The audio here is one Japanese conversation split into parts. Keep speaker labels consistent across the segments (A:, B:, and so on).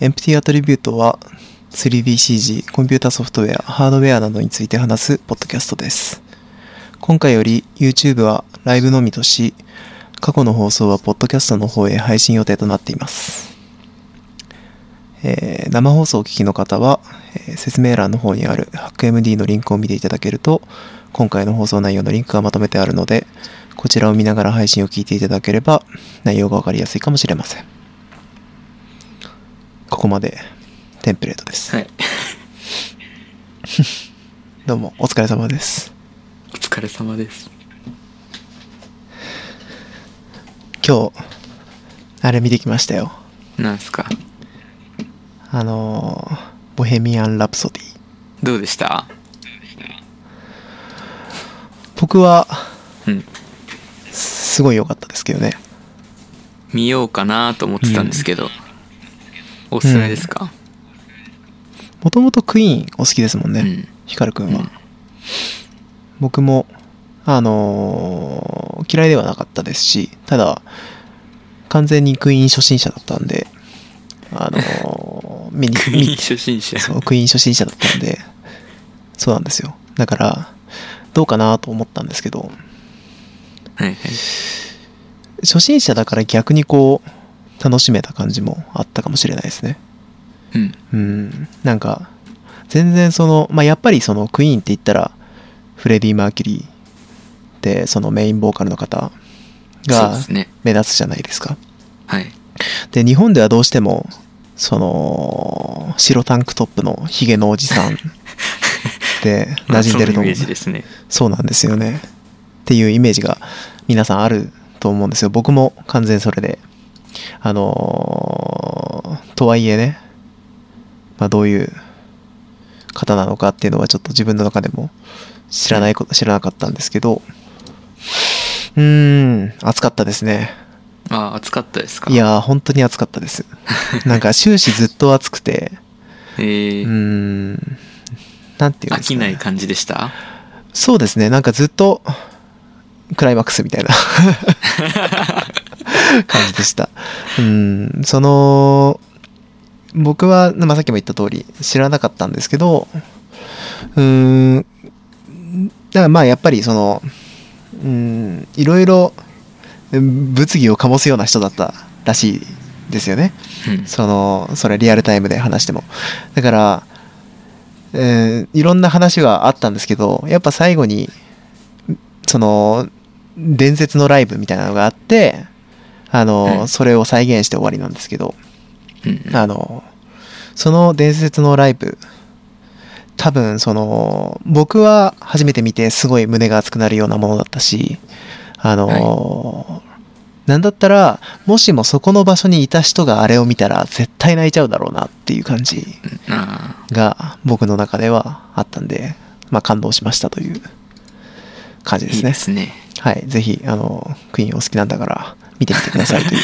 A: エンプティアトリビュートは 3DCG、コンピュータソフトウェア、ハードウェアなどについて話すポッドキャストです。今回より YouTube はライブのみとし、過去の放送はポッドキャストの方へ配信予定となっています。えー生放送をお聞きの方は、えー説明欄の方にある HackMD のリンクを見ていただけると、今回の放送内容のリンクがまとめてあるので、こちらを見ながら配信を聞いていただければ、内容がわかりやすいかもしれません。ここまでテンプレートです。
B: はい。
A: どうも、お疲れ様です。
B: お疲れ様です。
A: 今日、あれ見てきましたよ。
B: なんすか
A: あのーボヘミアン・ラプソディ。
B: どうでした
A: 僕は、
B: うん。
A: すごい良かったですけどね。
B: 見ようかなと思ってたんですけど。おすすめですか
A: もともとクイーンお好きですもんね。
B: う ん。
A: ヒカルくんは。
B: うん
A: 僕も、あのー嫌いではなかったですし、ただ、完全にクイーン初心者だったんで、あのー 見に、
B: クイーン初心者。
A: そう、クイーン初心者だったんで、そうなんですよ。だから、どうかなと思ったんですけど、
B: はいはい。
A: 初心者だから逆にこう、楽しめた感じもあったかもしれないですね。
B: うん。
A: うん。なんか、全然その、まあ、やっぱりそのクイーンって言ったら、フレディ・マーキュリーって、そのメインボーカルの方
B: そう
A: が
B: ですね。
A: 目立つじゃないですか。
B: はい。
A: で日本ではどうしてもその白タンクトップのヒゲのおじさんで
B: まあ
A: 馴染んでると
B: そ
A: 思
B: のイメ
A: う
B: ージですね。
A: そうなんですよねっていうイメージが皆さんあると思うんですよ僕も完全それであのーとはいえね、まあ、どういう方なのかっていうのはちょっと自分の中でも知らないこと知らなかったんですけどうーん暑かったですね
B: あ、暑かったですか
A: い、やー本当に暑かった です。なんか終始ずっと暑くて、
B: え
A: う
B: ー
A: ーん、なんていうん
B: 飽
A: です
B: き
A: か、
B: ない
A: ね。
B: 感じでした
A: そうですね、なんかずっとクライマックスみたいな感じでした。うーん、その、僕は、まあ、さっきも言った通り知らなかったんですけど、うーん、だからまあやっぱりその、うーん、いろいろうん物議を醸すような人だったらしいですよね。
B: うん。
A: そのそれリアルタイムで話してもだから、えーいろんな話はあったんですけどやっぱ最後にその伝説のライブみたいなのがあってあの、
B: うん
A: それを再現して終わりなんですけど
B: うん
A: あのその伝説のライブ多分その僕は初めて見てすごい胸が熱くなるようなものだったしあの、なんだったらもしもそこの場所にいた人があれを見たら絶対泣いちゃうだろうなっていう感じ
B: あ
A: が僕の中ではあったんで、まあ、感動しましたという感じ
B: ー
A: で
B: いい
A: すね
B: ですね。
A: はいぜひあのクイーンお好きなんだから見てみてください という、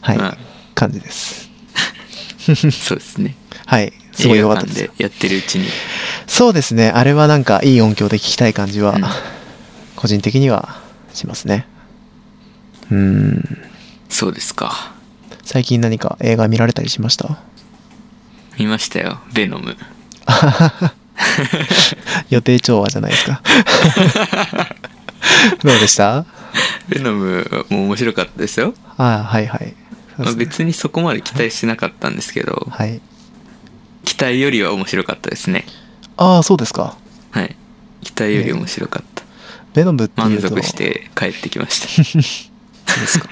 A: はい
B: まあ
A: 感じです
B: そうですね。
A: はいすごい良かった
B: 映
A: で
B: 画
A: す
B: 館でやってるうちに。
A: そうですねあれはなんかいい音響で聞きたい感じは、
B: うん
A: 個人的にはしますねうん
B: そうですか。
A: 最近何か映画見られたりしました
B: 見ましたよ。ベノム。
A: 予定調和じゃないです かどうでした
B: ベノムも面白かったですよ。
A: ああはいはいそうで
B: まあ
A: すね
B: 別にそこまで期待してなかったんですけど、
A: はい
B: 期待よりは面白かったですね。
A: ああそうですか
B: はい。期待より面白かった。
A: ベノムってい
B: 満
A: うと
B: 足して帰ってきました。
A: そうですか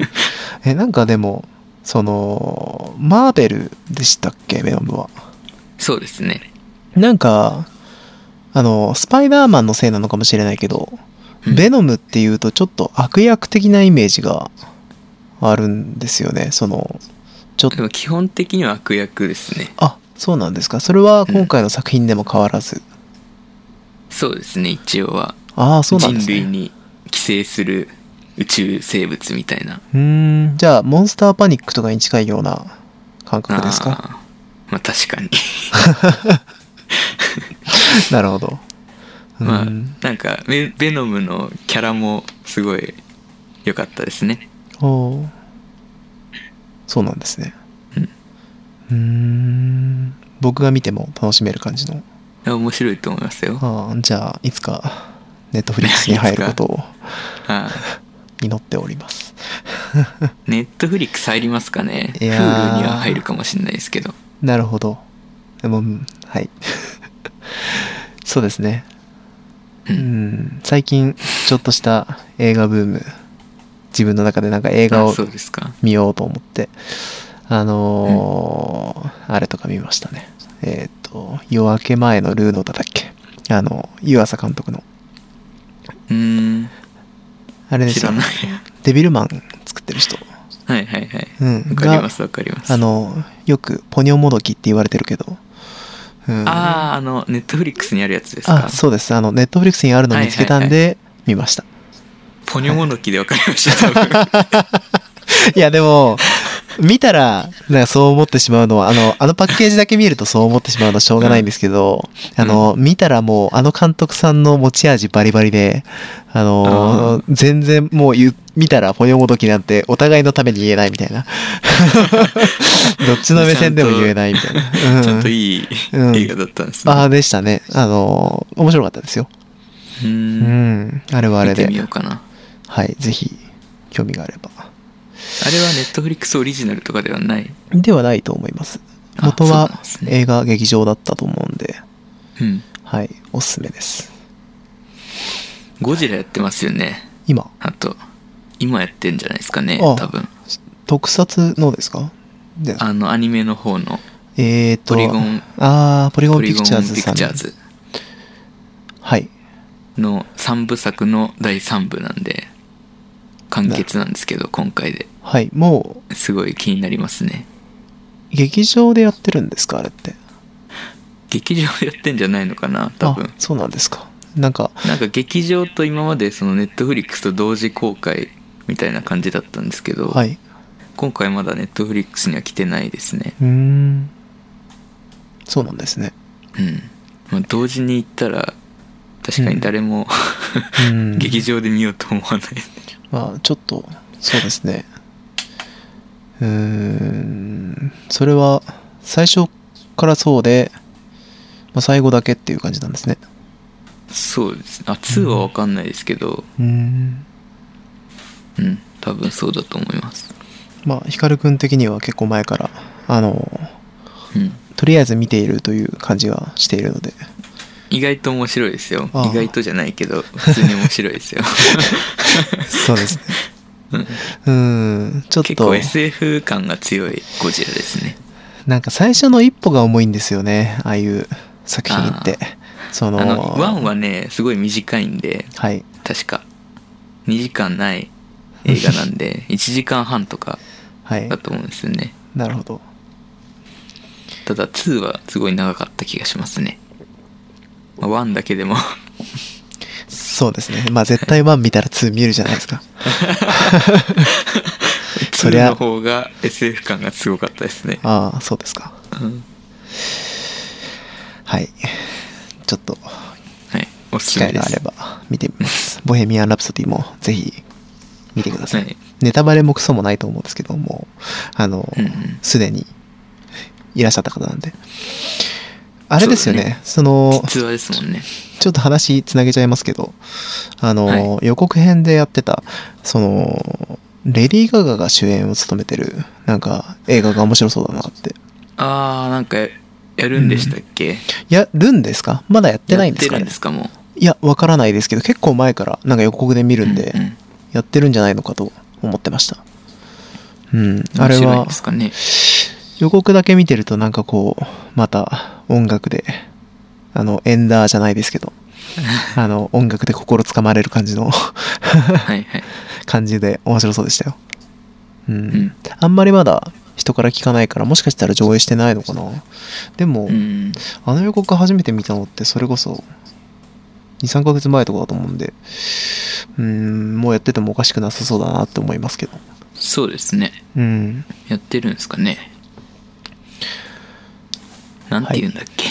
A: えなんかでもそのマーベルでしたっけベノムは
B: そうですね。
A: なんかあのスパイダーマンのせいなのかもしれないけど、
B: うん
A: ベノムっていうとちょっと悪役的なイメージがあるんですよねそのちょっ
B: で
A: と
B: も基本的には悪役ですね。
A: あそうなんですかそれは今回の作品でも変わらず、
B: そうですね、一応は。
A: ああそうなんで
B: 人
A: す
B: 類
A: ね
B: に寄生する宇宙生物みたいな。
A: うーんじゃあモンスターパニックとかに近いような感覚ですか
B: あーまあ確かに。
A: なるほどうーん、
B: まあ、なんかベ、ベノムのキャラもすごい良かったですね。
A: おーそうなんですねう
B: うん
A: ーん僕が見ても楽しめる感じの
B: いや面白いと思いますよ。
A: あーじゃあいつかネットフリックスに入ることを
B: あ
A: 祈っております
B: ネットフリックス入りますかね。
A: い
B: Hulu に
A: やー
B: は入るかもしれないですけど。
A: なるほどでもうんはい そうですね
B: う
A: うんん最近ちょっとした映画ブーム自分の中でなんか映画
B: あ
A: を
B: そうですか。
A: 見ようと思ってあのーあれとか見ましたねえっ、と「夜明け前のルーノだ」だっけあの湯浅監督の
B: うーん。
A: あれで
B: 知
A: す
B: ら
A: よ
B: ない。
A: デビルマン作ってる人
B: はいはいはい。
A: うん
B: わかりますわかります。
A: あのよくポニョもどきって言われてるけど、うん
B: あー、あの、ネットフリックスにあるやつですか
A: あ。そうですあのネットフリックスにあるの見つけたんで見ました、
B: ポニョモノキでわかり ました、多分。
A: いやでも見たらなんかそう思ってしまうのはあのあのパッケージだけ見るとそう思ってしまうのはしょうがないんですけど、
B: うん
A: あの見たらもうあの監督さんの持ち味バリバリであの
B: あ
A: 全然もう言う見たらポニョもどきなんてお互いのために言えないみた いなどっちの目線でも言えないみたいな、
B: ちゃんと
A: うん
B: いい
A: うん
B: 映画だったんですね。
A: ああでしたねあの面白かったですよ
B: う
A: うんんあれはあれ
B: 見て
A: で
B: みようかな。
A: はいぜひ興味があれば
B: あれはネットフリックスオリジナルとかではない。
A: ではないと思います
B: あ
A: 元
B: そうなん
A: は
B: ですね
A: 映画劇場だったと思うんで
B: うん。
A: はいおすすめです
B: ゴジラやってますよね。
A: 今
B: あと、今やってんじゃないですかね、
A: あ
B: 多分。
A: 特撮のですかで
B: あの、アニメの方の、
A: えーと
B: ポリゴン
A: あーポリゴ
B: ポ
A: ン
B: リ
A: ピク
B: ゴン
A: チ
B: ピ
A: ャーズさん
B: クチャーズ
A: はい
B: の3部作の第3部なんで、完結なんですけど、今回で。
A: はいも
B: すごい気になりますね。
A: う劇場でやってるんですかあれって
B: 劇場やってんじゃないのかな、多分
A: あ。そうなんですかなんか
B: なんか劇場と今までそのネットフリックスと同時公開みたいな感じだったんですけど、
A: はい
B: 今回まだネットフリックスには来てないですね
A: うーんそうなんですね
B: うん、まあ、同時に行ったら確かに誰も、
A: うんうん
B: 劇場で見ようと思わない
A: まあちょっとそうですねうーんそれは最初からそうで、まあ、最後だけっていう感じなんですね
B: そうですねあ2は分かんないですけど
A: うーん
B: うん多分そうだと思います
A: まあ光くん的には結構前からあの
B: うん
A: とりあえず見ているという感じがしているので
B: 意外と面白いですよ
A: ああ
B: 意外とじゃないけど普通に面白いです よ
A: そうですね
B: うん
A: うーんちょっ
B: 結
A: と
B: 構 SF 感が強いゴジラですね
A: なんか最初の一歩が重いんですよねああいう作品ってそ
B: あ
A: の
B: の1はねすごい短いんで
A: はい
B: 確か2時間ない映画なん で1時間半とか
A: はい
B: だと思うんですよね
A: なるほど
B: ただ2はすごい長かった気がしますねまあ1だけでも
A: そうですねまあ絶対1見たら2見るじゃないですかそり
B: 2
A: ゃ
B: の方が SF 感がすごかったですね、
A: ああそうですか
B: うん
A: はいちょっと
B: はいおす
A: 機
B: すめ
A: 会
B: で
A: があ
B: す
A: れば見てみますボヘミアン・ラプソディもぜひ見てください、
B: はい
A: ネタバレもクソもないと思うんですけどもあの
B: うんうん
A: すで、にいらっしゃった方なんであれですよね
B: そ
A: そ
B: うだ
A: の
B: 実話ですもんね
A: ちょっと話つなげちゃいますけどあの、
B: は
A: 予告編でやってたそのレディー・ガガが主演を務めてるなんか映画が面白そうだなって
B: あーなんかややるんでしたっけ、
A: やるんですかまだやってないんです
B: やっ
A: か
B: てる
A: ね
B: んですかも
A: いや、わからないですけど、結構前からなんか予告で見
B: う
A: るんで
B: う、ん
A: やってるんじゃないのかと思ってました。うん、
B: うん、
A: あ
B: あ
A: れ
B: れは
A: は
B: ですかね
A: 予告だけ見てるとなんかこう、また音楽で、あの、エンダーじゃないですけ ど、あの、音楽で心つかまれる感じの
B: はいはい
A: 感じで面白そうでしたよ。うん。
B: ん
A: あんまりまだ人から聞かないから、もしかしたら上映してないのかな。でも、
B: うん
A: あの予告初めて見たのってそれこそ23ヶ月前とかだと思うんでうーんもうやっててもおかしくなさそうだなって思いますけど
B: そうですね
A: うん
B: やってるんですかねなんて言うんだっけ、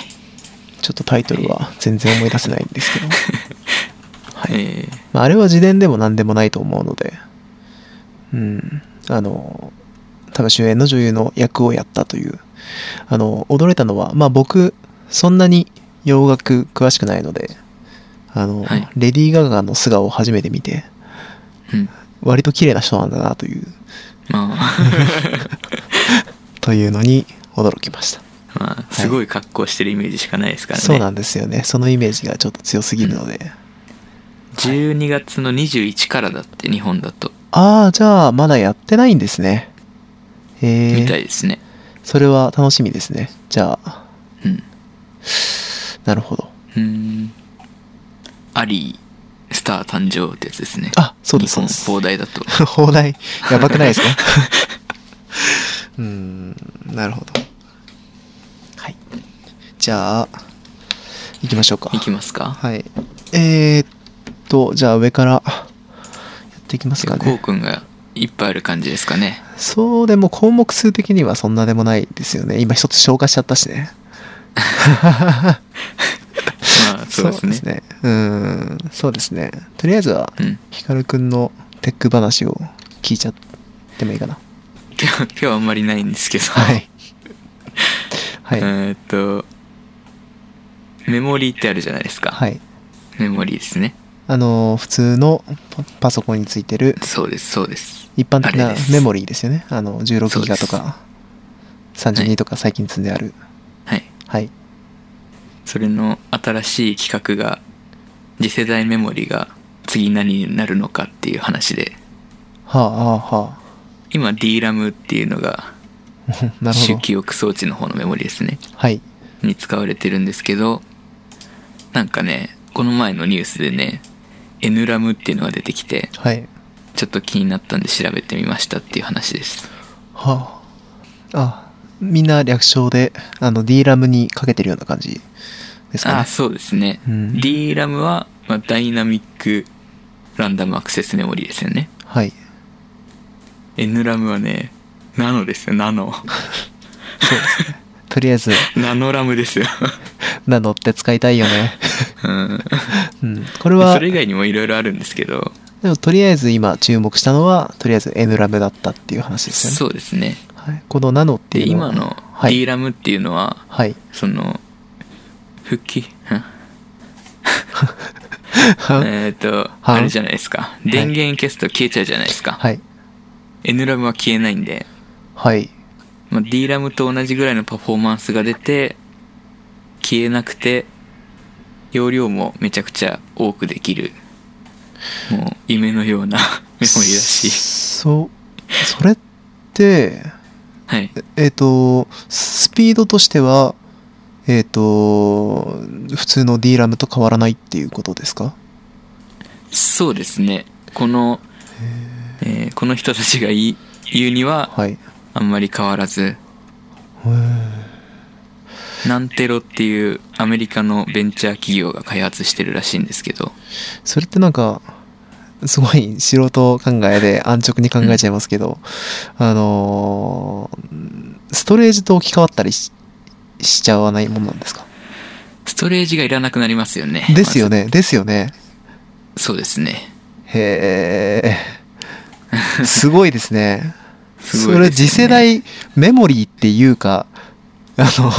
A: ちょっとタイトルは全然思い出せないんですけど、はい
B: え
A: まあ、あれは自伝でも何でもないと思うのでうんあの多分主演の女優の役をやったというあの驚いたのはまあ僕そんなに洋楽詳しくないのであの、
B: はい
A: レディー・ガガの素顔を初めて見て
B: うん。
A: 割と綺麗な人なんだなという
B: まあ、
A: というのに驚きました、
B: まあ、すごい格好してるイメージしかないですからね。
A: そうなんですよねそのイメージがちょっと強すぎるので、
B: 12月の21からだって、日本だと。
A: ああじゃあまだやってないんですねえ
B: みた
A: ー、
B: いですね。
A: それは楽しみですねじゃあ
B: うん。
A: なるほど
B: うーん。アリー、スター誕生ってやつですね。
A: あそうです
B: 日本
A: そう
B: 放題だと。
A: です放題やばく ないですかうーんなるほどはいじゃあ行きましょうか
B: いきますか。
A: はいえー、っとじゃあ上からやっていきます
B: じゃ
A: か
B: あこう
A: ね
B: くんがいっぱいある感じですかね。
A: そうでも項目数的にはそんなでもないですよね今一つ消化しちゃったしね
B: まあ、そうですね。
A: ねうーんそうですねとりあえずは
B: うん。
A: ヒカルくんのテック話を聞いちゃってもいいかな
B: 今日、今日あんまりないんですけど。
A: はい。はい。
B: えーっと、メモリーってあるじゃないですか。
A: はい。
B: メモリーですね。
A: あのー普通のパパソコンについてる
B: そうです、そうです。
A: 一般的
B: あ
A: な
B: れです
A: メモリーですよね。あの、16ギガとか、
B: は
A: 32
B: い
A: とか最近積んである。
B: はい。
A: はい。
B: それの新しい企画が、次世代メモリーが次何になるのかっていう話で、
A: はあ、はあ、は
B: 今 DRAM っていうのが、
A: あ。 なるほ
B: 主
A: ど。
B: 記憶装置の方のメモリーですね。
A: はい。
B: に使われてるんですけど、なんかね、この前のニュースでね、N ラムっていうのが出てきて、
A: はい。
B: ちょっと気になったんで調べてみましたっていう話です。
A: はあ。あ、みんな略称で、あの、D ラムにかけてるような感じですか
B: あ、
A: ね。
B: そうですね。
A: うん
B: D ラムは、まあ、ダイナミックランダムアクセスメモリーですよね。
A: はい。
B: N ラムはね、ナノですよ、ナ ノ。
A: とりあえず、
B: ナノラム ですよ。
A: なのって使いたいよ ね。
B: うん。
A: うん。これは、
B: それ以外にもいろいろあるんですけど、
A: でもとりあえず今注目したのはとりあえず N ラムだったっていう話ですよね。
B: そうですね。
A: はい、このナノって
B: で、
A: いうのは
B: 今の
A: はい
B: D ラムっていうのは、
A: はい。
B: その、復帰、 ん
A: は
B: えっ、と、
A: は
B: あれじゃないですか。電源消すと消えちゃうじゃないですか。
A: はい。
B: N ラムは消えないんで、
A: はい。
B: まあ、D ラムと同じぐらいのパフォーマンスが出て、消えなくて、容量もめちゃくちゃ多くできる。もう夢のような メモリだし。
A: そう、それって、
B: はい。
A: えっ、と、スピードとしては、えっ、と、普通の D ラムと変わらないっていうことですか
B: そうですね。この、えーこの人たちが言い言うには、
A: はい。へ
B: あんまり変わらず、
A: ー
B: ナンテロっていうアメリカのベンチャー企業が開発してるらしいんですけど、
A: それってなんか、すごい素人考えで安直に考えちゃいますけど、あのーストレージと置き換わったりししちゃわないもんなんですか
B: ストレージがいらなくなりますよね。
A: ですよね、ですよね。
B: まず。そうですね。
A: へえ。すごいですね。
B: すご
A: そ
B: い
A: れ
B: です
A: 次
B: ね
A: 世代メモリーっていうか、あ の、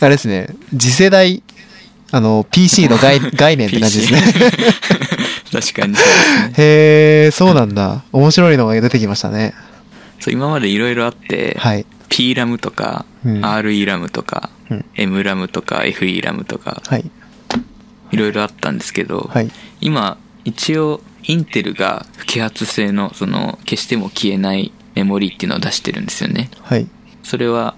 A: あれですね、次世代、あの、PC の 概概念って感じですね。
B: 確かにそうですね。
A: へえ、そうなんだ。面白いのが出てきましたね。
B: そう、今までいろいろあって、
A: はい。
B: P ラムとか、
A: うん
B: RE ラムとか、
A: うん
B: M ラムとか、FE ラムとか、
A: はい。
B: いろいろあったんですけど、
A: はい。
B: 今、一応、インテルが不揮発性の、その、消しても消えないメモリーっていうのを出してるんですよね。
A: はい。
B: それは、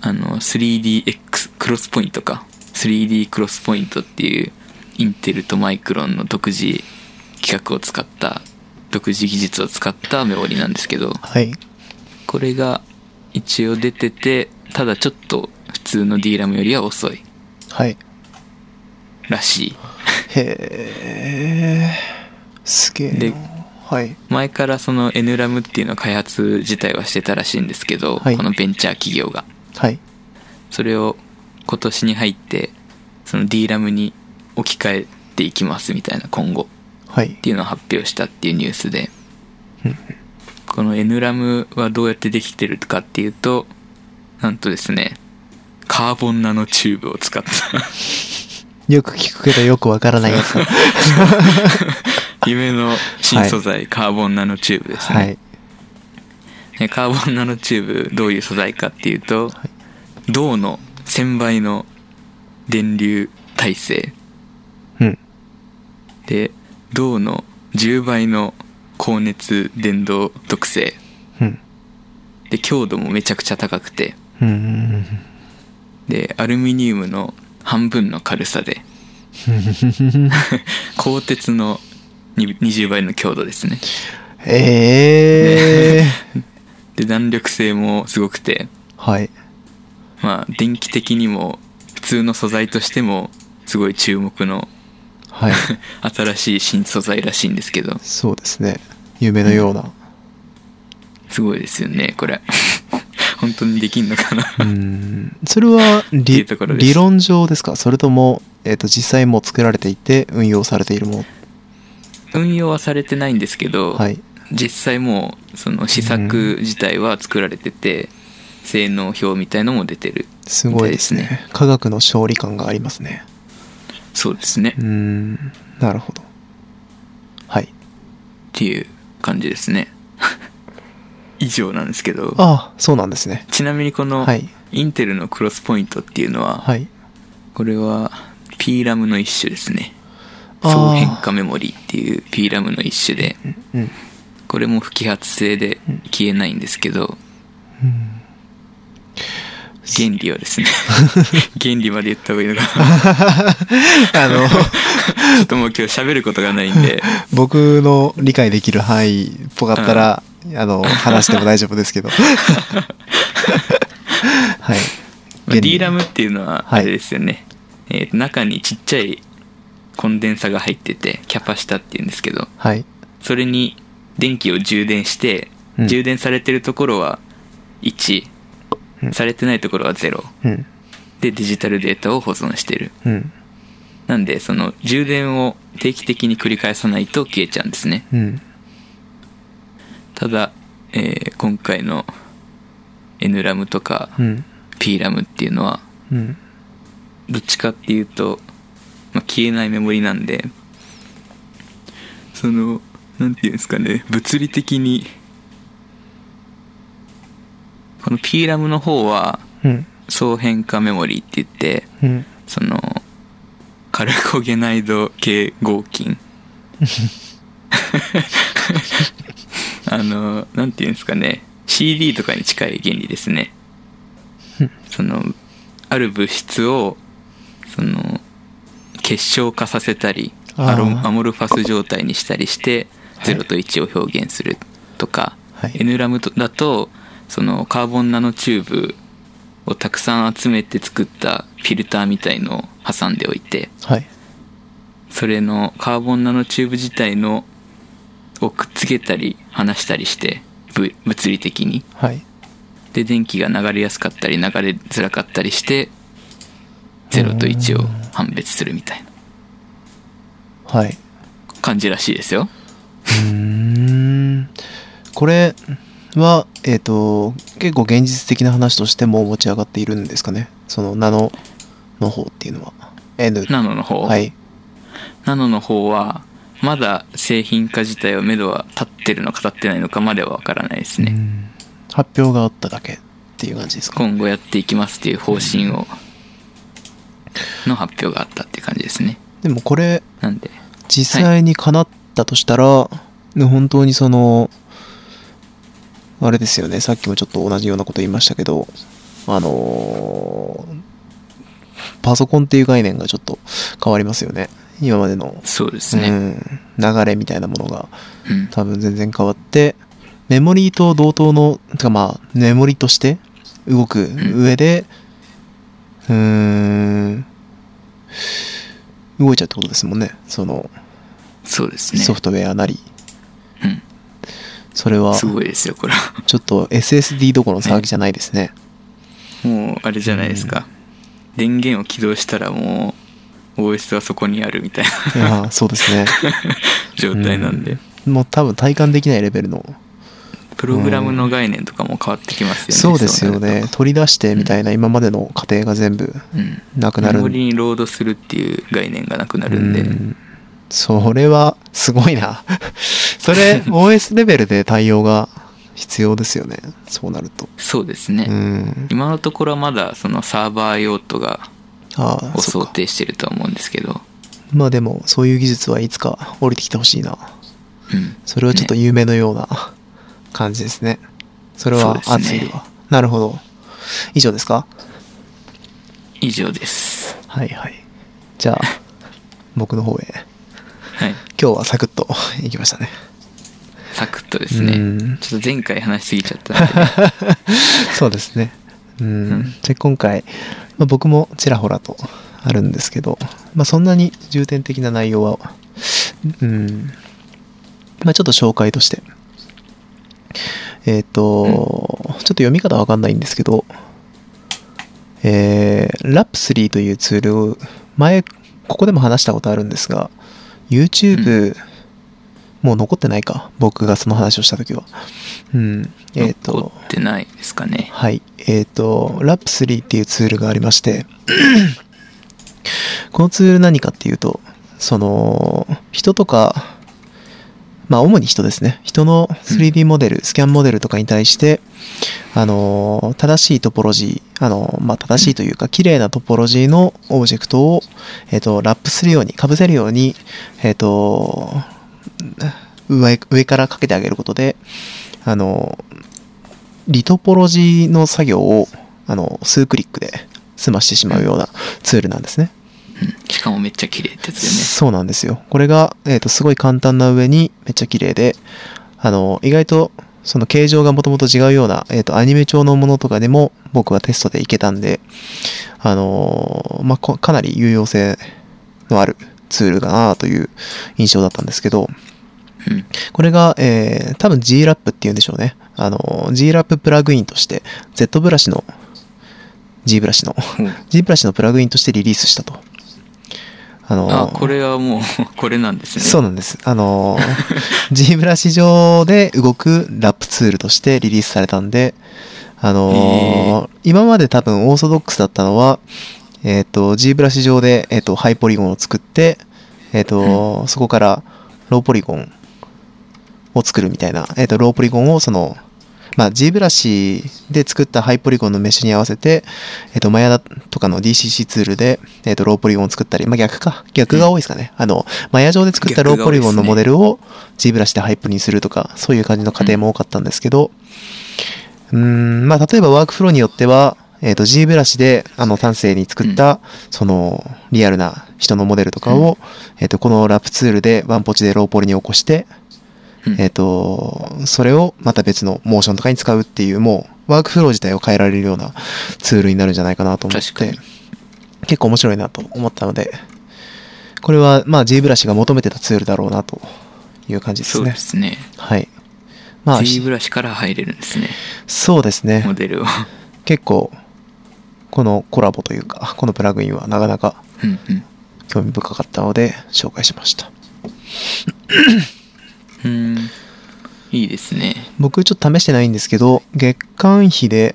B: あの、3DX クロスポイントか。3D クロスポイントっていう、インテルとマイクロンの独自企画を使った、独自技術を使ったメモリーなんですけど、
A: はい。
B: これが一応出てて、ただちょっと普通の D ラムよりは遅い
A: はい。
B: らしい。
A: へえ。すげえ
B: で
A: な。はい。
B: 前からその N ラムっていうのを開発自体はしてたらしいんですけど、
A: はい
B: このベンチャー企業が。
A: はい。
B: それを今年に入って、その D ラムに置き換えていきますみたいな今後
A: はい
B: っ。ていうのを発表したっていうニュースで、この N ラムはどうやってできてるかっていうと、なんとですね、カーボンナノチューブを使った、
A: よく聞くけどよくわからないやつだ
B: 夢の新素材、カーボンナノチューブですね。
A: はい
B: ねカーボンナノチューブどういう素材かっていうと、銅の1000倍の電流耐性
A: うん
B: で銅の10倍の高熱伝導特性
A: うん
B: で強度もめちゃくちゃ高くて
A: うん うん
B: でアルミニウムの半分の軽さ で鋼鉄のに20倍の強度ですね
A: ええ
B: で弾力性もすごくて
A: はい
B: まあ電気的にも普通の素材としてもすごい注目の
A: はい
B: 新しい新素材らしいんですけど
A: そうですね夢のような
B: すごいですよねこれ 本当にできん のかな
A: うんそれは
B: てい
A: 理
B: うところです
A: 理論上ですかそれとも、えー、と実際もう作られていて運用されているもの
B: 運用はされてないんですけど、
A: はい
B: 実際もうその試作自体は作られてて、性能表みたいのも出てる
A: すごいですね
B: みたい
A: 科学の勝利感がありますね
B: そうですね、
A: うー
B: っ
A: んなるほどはい
B: ていう感じですね 以上なんですけど
A: ああそうなんですね
B: ちなみにこの
A: はい
B: インテルのクロスポイントっていうのは、
A: はい
B: これは P ラムの一種ですね
A: あー
B: 総変化メモリーっていう P ラムの一種で
A: うん
B: これも不揮発性で消えないんですけど
A: うん
B: 原理 はですね原理まで言った方がいいのか
A: あの
B: なちょっともう今日喋ることがないん で
A: 僕の理解できる範囲っぽかったら、あの話しても大丈夫です けどはい
B: まあ
A: 原理
B: D ラムっていうのは
A: は
B: あ
A: い
B: れですよね、えー中にちっちゃいコンデンサが入っててキャパシタっていうんですけど
A: はい
B: それに電気を充電して、
A: うん
B: 充電されてるところは1、
A: うん
B: されてないところは0
A: うん
B: でデジタルデータを保存してる
A: うん
B: なんでその充電を定期的に繰り返さないと消えちゃうんですね
A: うん
B: ただ、えー今回の N ラムとか
A: うん
B: P ラムっていうのは
A: うん
B: どっちかっていうと、まあ、消えないメモリなんでそのなんていうんですかね物理的にこの P ラムの方は
A: うん
B: 総変化メモリーって言って
A: うん
B: そのカルコゲナイド系合金あのなんていうんですかね CD とかに近い原理ですね
A: うん
B: そのある物質をその結晶化させたり
A: あー
B: アロアモルファス状態にしたりして
A: はい
B: 0と1を表現するとか、
A: はい
B: N ラムとだとそのカーボンナノチューブをたくさん集めて作ったフィルターみたいのを挟んでおいて
A: はい
B: それのカーボンナノチューブ自体のをくっつけたり離したりしてぶ物理的に
A: はい
B: で電気が流れやすかったり流れづらかったりして0と1を判別するみたいな
A: はいう
B: 感じらしいですよ
A: ーんこれはえっ、と結構現実的な話としても持ち上がっているんですかねそのナノの方っていうのは N
B: ナノの方、
A: はい
B: ナノの方はまだ製品化自体は目処は立ってるのか立ってないのかまではわからないですね、
A: うん発表があっただけっていう感じですか
B: 今後やっていきますっていう方針をの発表があったっていう感じですね
A: でもこれ
B: なんで
A: 実際に叶ったとしたら、ね本当にそのあれですよねさっきもちょっと同じようなこと言いましたけどあのーパソコンっていう概念がちょっと変わりますよね今までの、
B: そうです
A: う
B: ね
A: ん、流れみたいなものが
B: うん
A: 多分全然変わってメモリーと同等のてかまあメモリとして動く上でうーん動いちゃうってことですもんねその
B: そうですね
A: ソフトウェアなり
B: うん
A: それは
B: すごいですよこれは
A: ちょっと SSD どころの騒ぎじゃないですね
B: もうあれじゃないですか、電源を起動したらもう OS はそこにあるみたいない
A: やーそうですね
B: 状態なんで、
A: もう多分体感できないレベルの
B: プログラムの概念とかも変わってきますよね、
A: そうですよ
B: なる
A: ね
B: と
A: 取り出してみたいな今までの過程が全部
B: うん
A: なくな
B: メ
A: る
B: モリにロードするっていう概念がなくなるんで、
A: うんそれはすごいな それ OS レベルで対応が必要ですよねそうなると
B: そうです
A: う
B: ね、
A: ん
B: 今のところはまだそのサーバー用途が
A: ああ
B: を
A: そ
B: 想
A: うか
B: 定してると思うんですけど、
A: まあでもそういう技術はいつか降りてきてほしいな
B: うん、
A: それはちょっと
B: ね
A: 夢のような感じですねそれは
B: そうです
A: 熱
B: ね
A: いわ、なるほど以上ですか
B: 以上です
A: はいはいじゃあ僕の方へ
B: はい
A: 今日はサクッといきましたね
B: サクッとですね、
A: うん
B: ちょっと前回話しすぎちゃったんでね、
A: そうですね。うん。
B: うん
A: で今回、まあ、僕もちらほらとあるんですけど、まあ、そんなに重点的な内容は、うん。まあ、ちょっと紹介として。えっ、と、ちょっと読み方わかんないんですけど、えー、Lapsry というツールを、前、ここでも話したことあるんですが、YouTube、もう残ってないか僕がその話をした時は。うん。 えっ、と
B: 残。ってないですかね
A: はい。えっ、と、Lap3 っていうツールがありまして、 このツール何かっていうと、その、人とか、まあ、主に人ですね。人の 3D モデル、スキャンモデルとかに対して、あのー、正しいトポロジー、あのー、まあ、正しいというか、綺麗なトポロジーのオブジェクトを、えっ、と、ラップするように、被せるように、えっ、と、上、上からかけてあげることで、あのー、リトポロジーの作業をあの数クリックで済ましてしまうようなツールなんですね。
B: うんしかもめっちゃ綺麗ってやつよ
A: そうなんですよ。これが、えー、とすごい簡単な上にめっちゃ綺麗で、あの意外とその形状がもともと違うような、えー、とアニメ調のものとかでも僕はテストでいけたんで、あのーまあ、こかなり有用性のあるツールかなという印象だったんですけど、
B: ね
A: これが、えー、多分 GRAP っていうんでしょうね。あの、GRAP プラグインとして、Z ブラシの、G ブラシの、
B: うん、うん、
A: G ブラシのプラグインとしてリリースしたと。あの
B: あこれはもう これなんですね
A: そうなんです。あ のー、G ブラシ上で動くラップツールとしてリリースされたんで、あのー今まで多分オーソドックスだったのは、えっ、と、G ブラシ上で、えっ、と、ハイポリゴンを作って、えっ、と、そこからローポリゴンを作るみたいな、えっ、と、ローポリゴンをその、まあ、G ブラシで作ったハイポリゴンのメッシュに合わせて、えっ、と、マヤだとかの DCC ツールで、えっ、と、ローポリゴンを作ったり、まあ、逆か。逆が多いですかね。あの、マヤ上で作ったローポリゴンのモデルを G ブラシでハイプにするとか、そういう感じの過程も多かったんですけど、うーん、まあ、例えばワークフローによっては、えっ、と、G ブラシで、あの、単性に作った、その、リアルな人のモデルとかを、えっ、と、このラップツールでワンポチでローポリに起こして、
B: うん
A: えっ、と、それをまた別のモーションとかに使うっていう、もう、ワークフロー自体を変えられるようなツールになるんじゃないかなと思っ
B: 確か
A: て
B: に、
A: 結構面白いなと思ったので、これは、まあ、G ブラシが求めてたツールだろうなという感じです
B: そうで
A: ね。
B: すね
A: はい。まあ、
B: G ブラシから入れるんですね
A: そうですね。
B: モデルを
A: 結構このコラボというかこのプラグインはなかなか
B: うんうん
A: 興味深かったので紹介しました
B: うんいいですね
A: 僕ちょっと試してないんですけど月間費で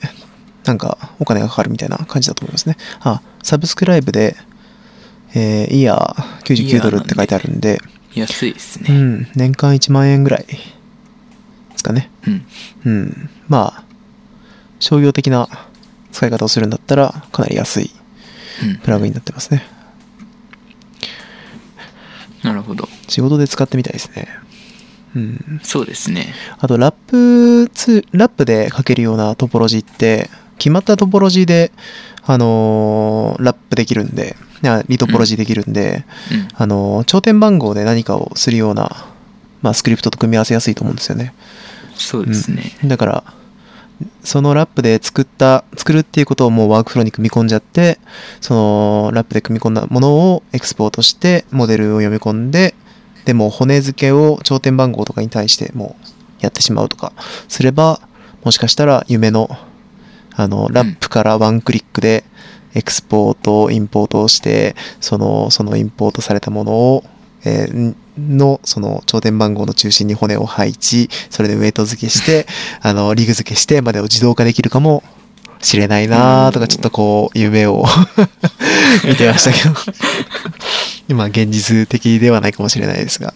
A: なんかお金がかかるみたいな感じだと思いますねあサブスクライブでえー、イヤー99ドルって書いてあるんで
B: 安いです
A: う
B: ね
A: ん年間1万円ぐらいですかね
B: うん
A: うんまあ商業的な使い方をするんだったらかなり安い
B: うん
A: プラグインになってますね
B: なるほど
A: 仕事で使ってみたいですねうん
B: そうですね
A: あと、ラップツー、ラップで書けるようなトポロジーって、決まったトポロジーで、あのーラップできるんで、あリトポロジーできるんで、
B: うん
A: あのー頂点番号で何かをするような、まあ、スクリプトと組み合わせやすいと思うんですよね。
B: そうですね
A: うんだから、そのラップで作った、作るっていうことをもうワークフローに組み込んじゃって、そのラップで組み込んだものをエクスポートして、モデルを読み込んで、でもう骨付けを頂点番号とかに対してもうやってしまうとかすれば、もしかしたら夢の、あの、ラップからワンクリックで、エクスポート、インポートをして、その、そのインポートされたものをえーのその頂点番号の中心に骨を配置それでウェイト付けしてあのリグ付けしてまでを自動化できるかもしれないなーと
B: お
A: か
B: ー
A: ちょっとこう夢を 見てましたけど今現実的ではないかもしれないですが、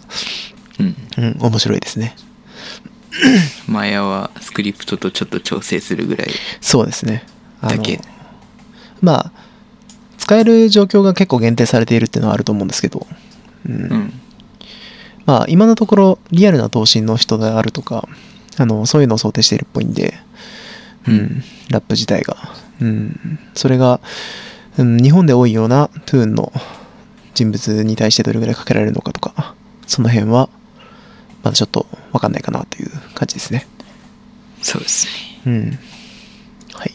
B: うん
A: うん、面白いですね
B: マヤはスクリプトとちょっと調整するぐらい
A: そうですねあの
B: だけ
A: まあ使える状況が結構限定されているっていうのはあると思うんですけど、うん
B: うん
A: まあ今のところリアルな投資の人であるとかあのそういうのを想定しているっぽいんで、うん
B: うん
A: ラップ自体が、うん、それが、うん、日本で多いようなトゥーンの人物に対してどれぐらいかけられるのかとかその辺はまだちょっと分かんないかなという感じですね
B: そうですね
A: うんはい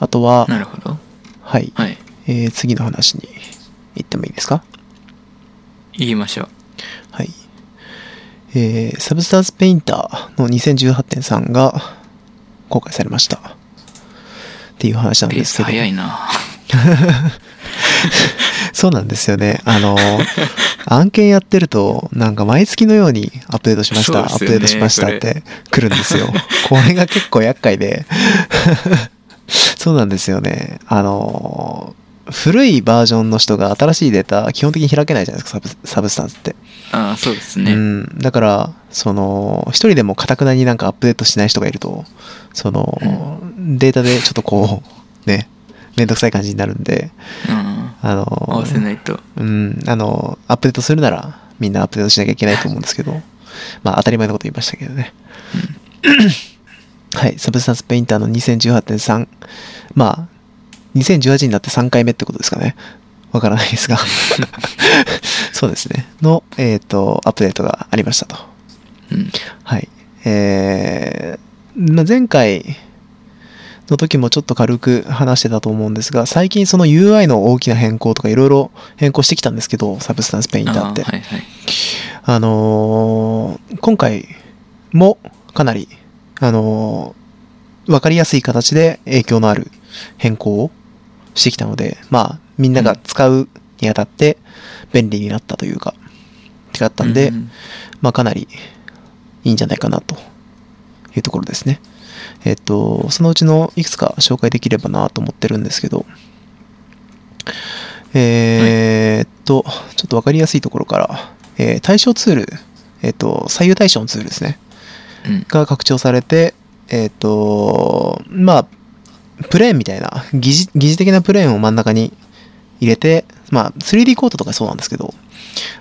A: あとは
B: なるほど
A: はい、
B: はい
A: えー次の話に行ってもいいですか
B: 言いましょう
A: はい。えーサブスタンスペインターの2018.3が公開されました。っていう話なん
B: ペ
A: で
B: ー
A: す
B: ス
A: けど。
B: 早いな
A: そうなんですよね。あの、 案件やってると、なんか毎月のようにアップデートしました、ア
B: そ
A: ップ
B: うですよ
A: デ
B: ね
A: ートしましたって来るんです よ。これが結構厄介で。 そうなんですよね。あの、古いバージョンの人が新しいデータ基本的に開けないじゃないですか、サブサブスタンスって。
B: ああそうですね、
A: うん、だからその一人でもかたくなになんかアップデートしない人がいるとその、データでちょっとこうねめんどくさい感じになるんで
B: うん、
A: あの
B: 合わせないと
A: うんあのアップデートするならみんなアップデートしなきゃいけないと思うんですけど まあ当たり前のこと言いましたけどねはいサブスタンスペインターの2018.3まあ2018になって3回目ってことですかねわからないですがそうですねのえっ、とアップデートがありましたと
B: うん
A: はい。えーまあ、前回の時もちょっと軽く話してたと思うんですが、最近その UI の大きな変更とかいろいろ変更してきたんですけど、サブスタンスペインターって。
B: あ
A: あ,、
B: あはいはい
A: のー今回もかなり、あのーわかりやすい形で影響のある変更をしてきたので、まあ、みんなが使うにあたって便利になったというか、違ったんで、
B: ううん
A: まあ、かなりいいんじゃないかなというところですね。えっと、そのうちのいくつか紹介できればなと思ってるんですけど、えーっと、ちょっとわかりやすいところから、えー対象ツール、えっと、左右対象のツールですね、
B: うん
A: が拡張されて、えっと、まあ、プレーンみたいな、疑似疑似的なプレーンを真ん中に入れて、まあ、3D コートとかそうなんですけど、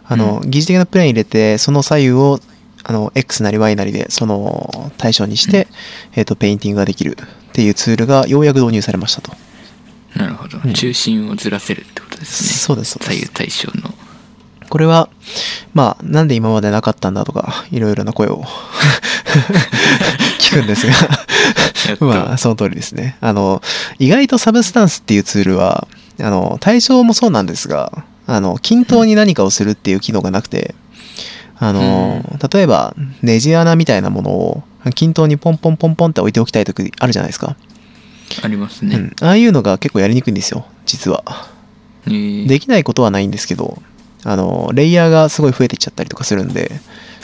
A: あの、疑似的なプレーン入れて、その左右を、あの、X なり Y なりで、その対象にして、えっ、と、ペインティングができるっていうツールがようやく導入されましたと。
B: なるほど、
A: うん
B: 中心をずらせるってことですね
A: そうです、そう
B: 左
A: で
B: 右
A: す。
B: 対称の
A: これは、まあ、なんで今までなかったんだとか、いろいろな声を 聞くんですが、
B: やった、
A: まあ、その通りですね。あの、意外とサブスタンスっていうツールは、あの、対象もそうなんですが、あの、均等に何かをするっていう機能がなくて、あの、例えば、ネジ穴みたいなものを、均等にポンポンポンポンって置いておきたい時あるじゃないですか。
B: ありますね、
A: うん。ああいうのが結構やりにくいんですよ、実は。
B: えー
A: できないことはないんですけど、あの、レイヤーがすごい増えていっちゃったりとかするんで、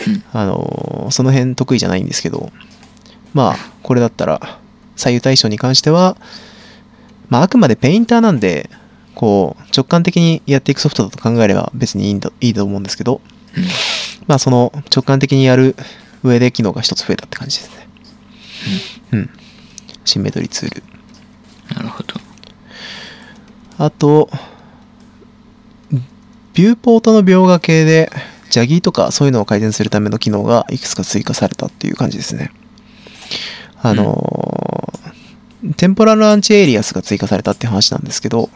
B: うん
A: あのその辺得意じゃないんですけど、まあ、これだったら、左右対称に関しては、まあ、あくまでペインターなんで、こう、直感的にやっていくソフトだと考えれば別にいいんだいいと思うんですけど、
B: うん
A: まあ、その直感的にやる上で機能が一つ増えたって感じですね。うん。シンメトリーツール。
B: なるほど
A: あと、ビューポートの描画系で、ジャギーとかそういうのを改善するための機能がいくつか追加されたっていう感じですね。あのーテンポラルアンチエイリアスが追加されたって話なんですけど、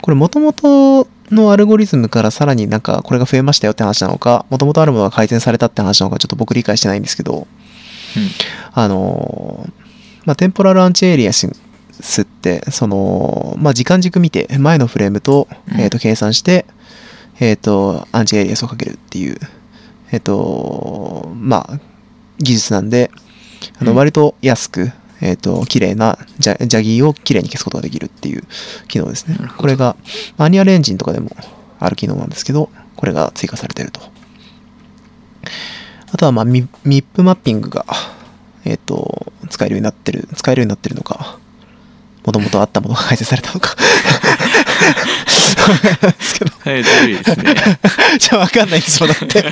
A: これ元々のアルゴリズムからさらになんかこれが増えましたよって話なのか、元々あるものが改善されたって話なのかちょっと僕理解してないんですけど、あのーまあ、テンポラルアンチエイリアスって、その、まあ、時間軸見て、前のフレームと、
B: うん
A: えっ、と、計算して、えっ、と、アンチエイリアスをかけるっていう、えっ、と、まあ、技術なんで、あ
B: う
A: の、
B: ん
A: 割と安く、えっ、と、綺麗な、ジャジャギーを綺麗に消すことができるっていう機能ですね
B: なるほ。ど
A: これが、マニュアルエンジンとかでもある機能なんですけど、これが追加されてると。あとは、まあ、ミミップマッピングが、えっ、と、使えるようになってる、使えるようになってるのか、もともとあったものが改善されたのか。そうなんですけど、
B: はい、ずるいです ね。
A: じゃあ分かんないんですよ、だ って。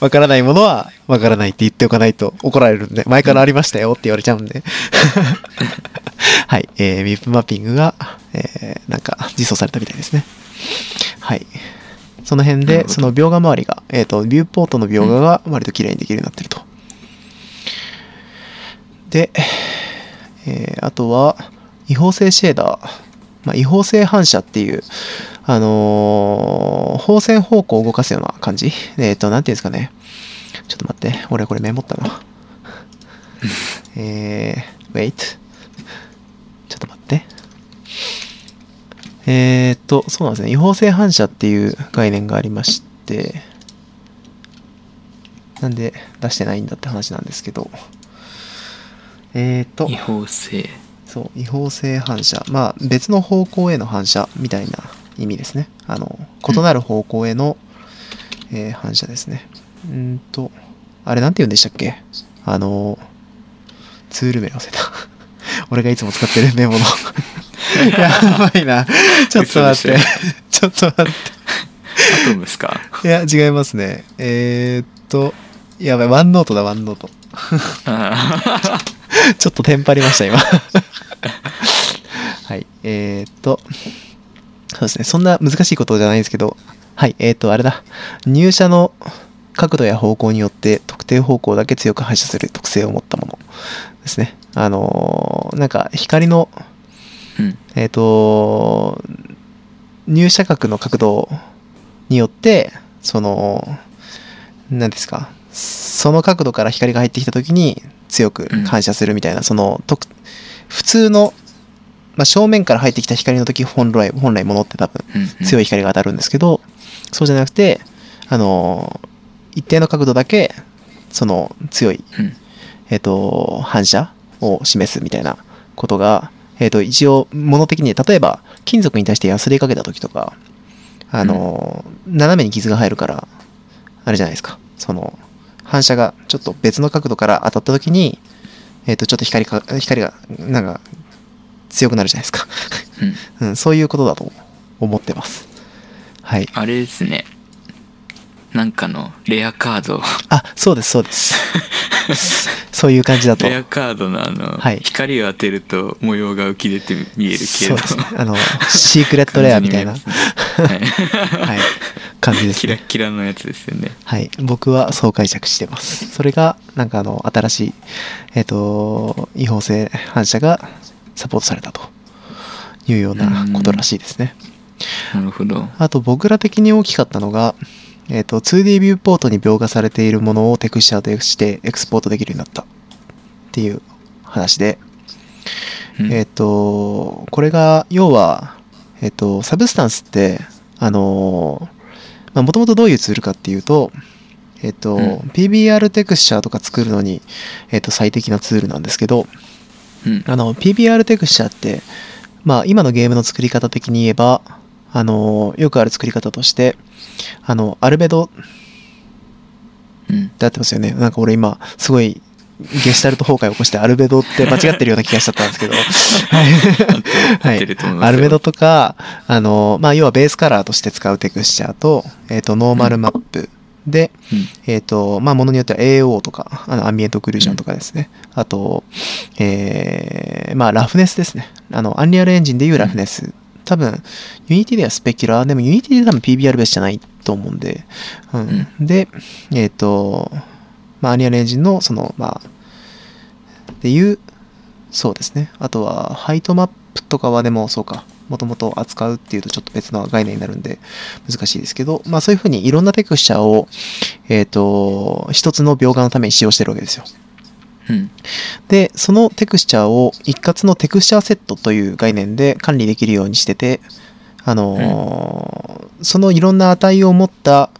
A: わからないものはわからないって言っておかないと怒られるんで、前からありましたよって言われちゃうん で。はい、えー、ミップマッピングが、えーなんか実装されたみたいですね。はい。その辺
B: なる
A: で、
B: ほど
A: その描画周りが、えっ、と、ビューポートの描画が割と綺麗にできるようになってると。で、えーあとは、違法性シェーダー。まあ、違法性反射っていう、あのー放線方向を動かすような感じ。えっ、と、なんていうんですかね。ちょっと待って。俺これメモったな。えー、wait。ちょっと待って。えー、っと、そうなんですね。違法性反射っていう概念がありまして、なんで出してないんだって話なんですけど。えー、っと
B: 違、法性。
A: そう、違法性反射。まあ、別の方向への反射みたいな意味ですね。あの、異なる方向への、えー反射ですね。うーんと、あれなんて言うんでしたっけあの、ツール名忘れた。 俺がいつも使ってるメ モの。やばいな。ちょっと待って
B: 嘘で。
A: ちょっと待って。
B: アトムですか
A: いや、違いますね。えー、っと、やばい、ワンノートだ、ワンノート。
B: あ
A: ちょっとテンパりました、今。はい。えー、っと、そうですね。そんな難しいことじゃないんですけど、はい。えー、っと、あれだ。入射の角度や方向によって特定方向だけ強く反射する特性を持ったものですね。あのーなんか光の、
B: ーうん。
A: えー、っと、入射角の角度によって、その、何ですか、その角度から光が入ってきた時に強く反射するみたいな、その特普通の、まあ、正面から入ってきた光の時本来本来ものって多分
B: うん、
A: 強
B: い。
A: い光が当たるんですけど、そうじゃなくてあの一定の角度だけその強い、
B: うん。
A: えっと反射を示すみたいなことが、えっと一応物的に例えば金属に対してヤスリかけた時とかあの、斜めに傷が入るからあれじゃないですかその反射がちょっと別の角度から当たった時に、えっとちょっと光か光がなんか強くなるじゃないですか、
B: うん。
A: うん、そういうことだと思ってますはい
B: あれですね。なんかのレアカード。
A: あそうですそうですそういう感じだと
B: レアカードのあの、
A: はい
B: 光を当てると模様が浮き出て見える系
A: そ
B: の
A: うですねあのシークレットレアみたい な、
B: 感じに見えますねはい
A: はい、感じです
B: キラ
A: ね
B: ッキラのやつですよね。
A: はい、僕はそう解釈してます。それが、なんかあの、新しい、えっ、と、違法性反射がサポートされたというようなことらしいですね。
B: なるほど。
A: あと、僕ら的に大きかったのが、えっ、と、2D ビューポートに描画されているものをテクスチャーとしてエクスポートできるようになったっていう話で、
B: うん
A: えっ、と、これが、要は、えっ、と、サブスタンスって、あのーまあ、もともとどういうツールかっていうと、えっ、と、
B: うん
A: PBR テクスチャーとか作るのに、えっ、と、最適なツールなんですけど、
B: うん
A: あの、PBR テクスチャーって、まあ、今のゲームの作り方的に言えば、あのーよくある作り方として、あの、アルベド
B: うん。
A: だってますよね。なんか俺今、すごい、ゲシュタルト崩壊を起こしてアルベドって間違ってるような気がしちゃったん ですけど。は
B: 合って
A: い
B: ると思い。ますよ
A: アルベドとか、あの、まあ、要はベースカラーとして使うテクスチャーと、えっ、と、ノーマルマップで、
B: うん
A: えっ、と、まあ、ものによっては AO とか、あの、アンビエントオクルージョンとかですね。あと、えー、まあ、ラフネスですね。あの、アンリアルエンジンでいうラフネス。多分、ユニティではスペキュラー、でもユニティで多分 PBR ベースじゃないと思うんで、うん。で、えっ、と、まあ、アンリアルエンジンの、その、まあ、っていう、そうですね。あとは、ハイトマップとかはでも、そうか、もともと扱うっていうとちょっと別の概念になるんで、難しいですけど、まあそういうふうにいろんなテクスチャーを、えっ、と、一つの描画のために使用してるわけですよ。
B: うん。
A: で、そのテクスチャーを一括のテクスチャーセットという概念で管理できるようにしてて、あのーそのいろんな値を持った、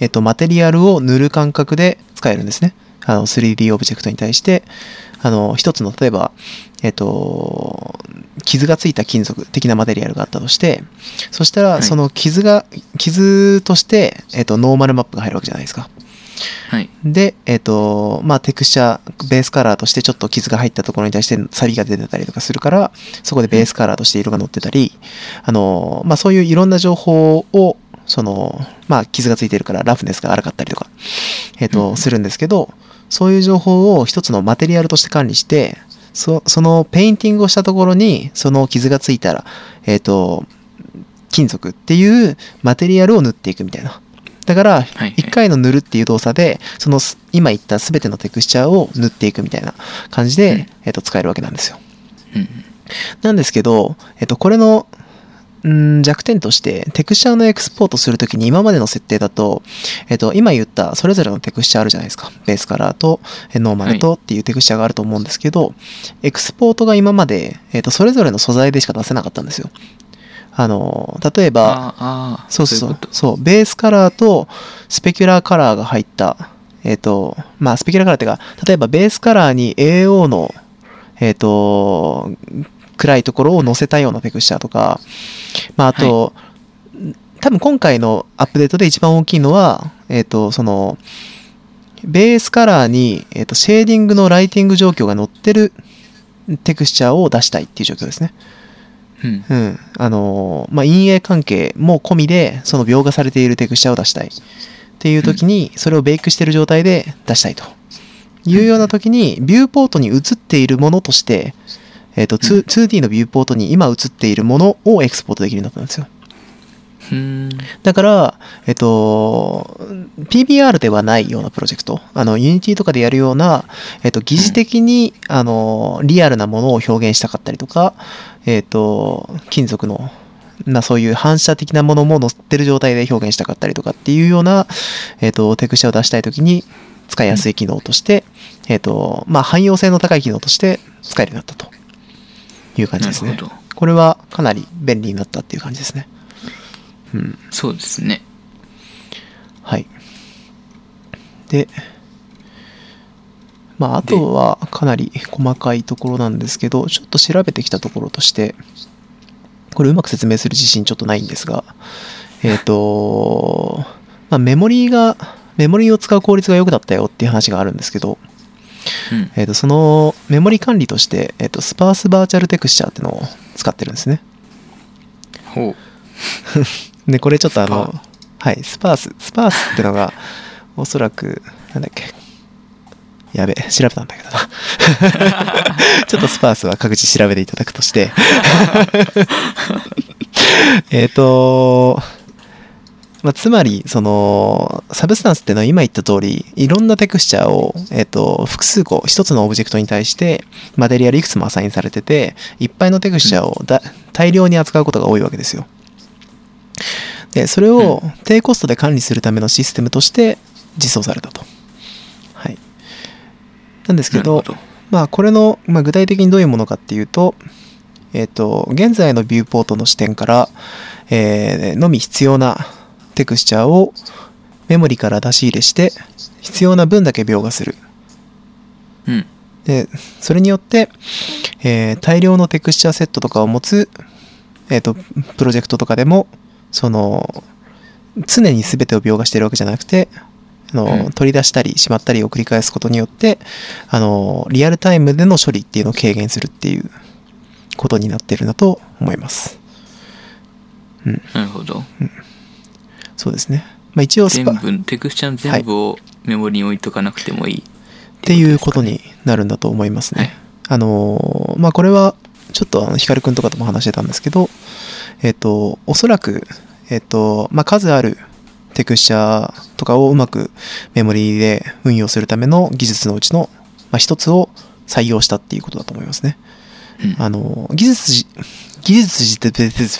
A: えっと、マテリアルを塗る感覚で使えるんですね。あの、3D オブジェクトに対して、あの、一つの、例えば、えっと、傷がついた金属的なマテリアルがあったとして、そした
B: は
A: ら、
B: い
A: その傷が、傷として、えっと、ノーマルマップが入るわけじゃないですか。
B: はい。
A: で、えっと、まあ、テクスチャー、ベースカラーとしてちょっと傷が入ったところに対してサビが出てたりとかするから、そこでベースカラーとして色が乗ってたり、あの、まあ、そういういろんな情報を、その、まあ、傷がついてるからラフネスが荒かったりとか、えっ
B: う
A: と、
B: ん
A: するんですけど、そういう情報を一つのマテリアルとして管理して、そそのペインティングをしたところに、その傷がついたら、えっと、金属っていうマテリアルを塗っていくみたいな。だから、
B: はい
A: 一回の塗るっていう動作で、そのす今言った全てのテクスチャーを塗っていくみたいな感じ
B: うん
A: で、えっと、使えるわけなんですよ。
B: うんうん。
A: なんですけど、えっと、これの、うん弱点として、テクスチャーのエクスポートするときに今までの設定だと、えっと、今言ったそれぞれのテクスチャーあるじゃないですか。ベースカラーと、えノーマルとっていうテクスチャーがあると思うんですけど、エクスポートが今まで、えっと、それぞれの素材でしか出せなかったんですよ。あの、例えば、
B: ああ、ああ、
A: そうそうそう
B: こと
A: そうベースカラーとスペキュラーカラーが入ったえっ、とまあスペキュラーカラーっていうか例えばベースカラーに AO のえっ、と暗いところを載せたようなテクスチャーとかまああと、多分今回のアップデートで一番大きいのはえっ、とそのベースカラーに、えっとシェーディングのライティング状況が載ってるテクスチャーを出したいっていう状況ですね
B: うん。
A: うん。あのーまあ、陰影関係も込みで、その描画されているテクスチャーを出したい。っていう時に、それをベイクしている状態で出したいと。いうような時に、ビューポートに映っているものとして、えっ、と、
B: う
A: 2- 2D のビューポートに今映っているものをエクスポートできるようになったんですよ。
B: うーん。
A: だから、えっと、PBR ではないようなプロジェクト、あの、Unity とかでやるような、えっと、疑似的に、あの、リアルなものを表現したかったりとか、えっと、金属の、まあそういう反射的なものも載ってる状態で表現したかったりとかっていうような、えっと、テクスチャーを出したいときに使いやすい機能として、えっと、まあ汎用性の高い機能として使えるようになったという感じ
B: な
A: で
B: る
A: す
B: ほ
A: ね。
B: ど。
A: これはかなり便利になったっていう感じですね。うん。
B: そうですね。
A: はい。で、まあ、あとはかなり細かいところなんですけど、ちょっと調べてきたところとして、これうまく説明する自信ちょっとないんですが、えっ、と、まあ、メモリーが、メモリーを使う効率が良くなったよっていう話があるんですけど、
B: うん。
A: えっ、と、そのメモリ管理として、えっ、と、スパースバーチャルテクスチャーってのを使ってるんですね。
B: ほう。
A: でこれちょっとあ
B: ス
A: のはいスパーススパースっての がおそらくなんだっけやべ調べたんだけどな ちょっとスパースは各自調べていただくとして えっとまあ、つまりそのサブスタンスっていうのは今言った通りいろんなテクスチャーを、えっと複数個一つのオブジェクトに対してマテリアルいくつもアサインされてていっぱいのテクスチャーをだ大量に扱うことが多いわけですよ。でそれを低コストで管理するためのシステムとして実装されたと。はい、なんですけ
B: なるほ
A: ど
B: ど。
A: まあこれの、まあ、具体的にどういうものかっていうと,、えっと現在のビューポートの視点から、えーのみ必要なテクスチャーをメモリから出し入れして必要な分だけ描画する
B: うん。
A: でそれによって、えー大量のテクスチャーセットとかを持つ、えー、とプロジェクトとかでもその常に全てを描画してるわけじゃなくてあの、
B: うん
A: 取り出したりしまったりを繰り返すことによってあのリアルタイムでの処理っていうのを軽減するっていうことになってるんだと思います
B: なるほど。
A: そうですね、まあ、一応ス
B: 全
A: パっ
B: 部、テクスチャーの全部をメモリに置いとかなくてもいい。
A: ていうことになるんだと思いますね、
B: はい
A: あのーまあこれはちょっとあの光くんとかとも話してたんですけどえっ、とおそらくえっ、とまあ数あるテクスチャーとかをうまくメモリーで運用するための技術のうちの、まあ、一つを採用したっていうことだと思いますね。
B: うん
A: あのー技術じ技術じって別々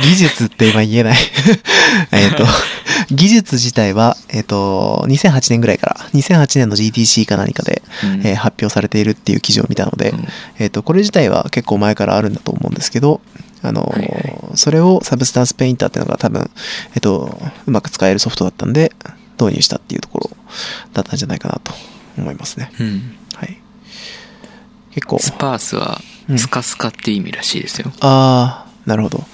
A: 技術って今言えない えっと技術自体は、えっと2008年ぐらいから2008年の GTC か何かで、
B: うん
A: えー発表されているっていう記事を見たので、
B: うん
A: えー、とこれ自体は結構前からあるんだと思うんですけど、あのー
B: はいは
A: それをサブスタンスペインターっていうのが多分、えー、とうまく使えるソフトだったんで導入したっていうところだったんじゃないかなと思いますね。
B: うん
A: はい。結構。
B: スパースは
A: うん
B: スカスカって意味らしいですよ、
A: ああ、なるほど。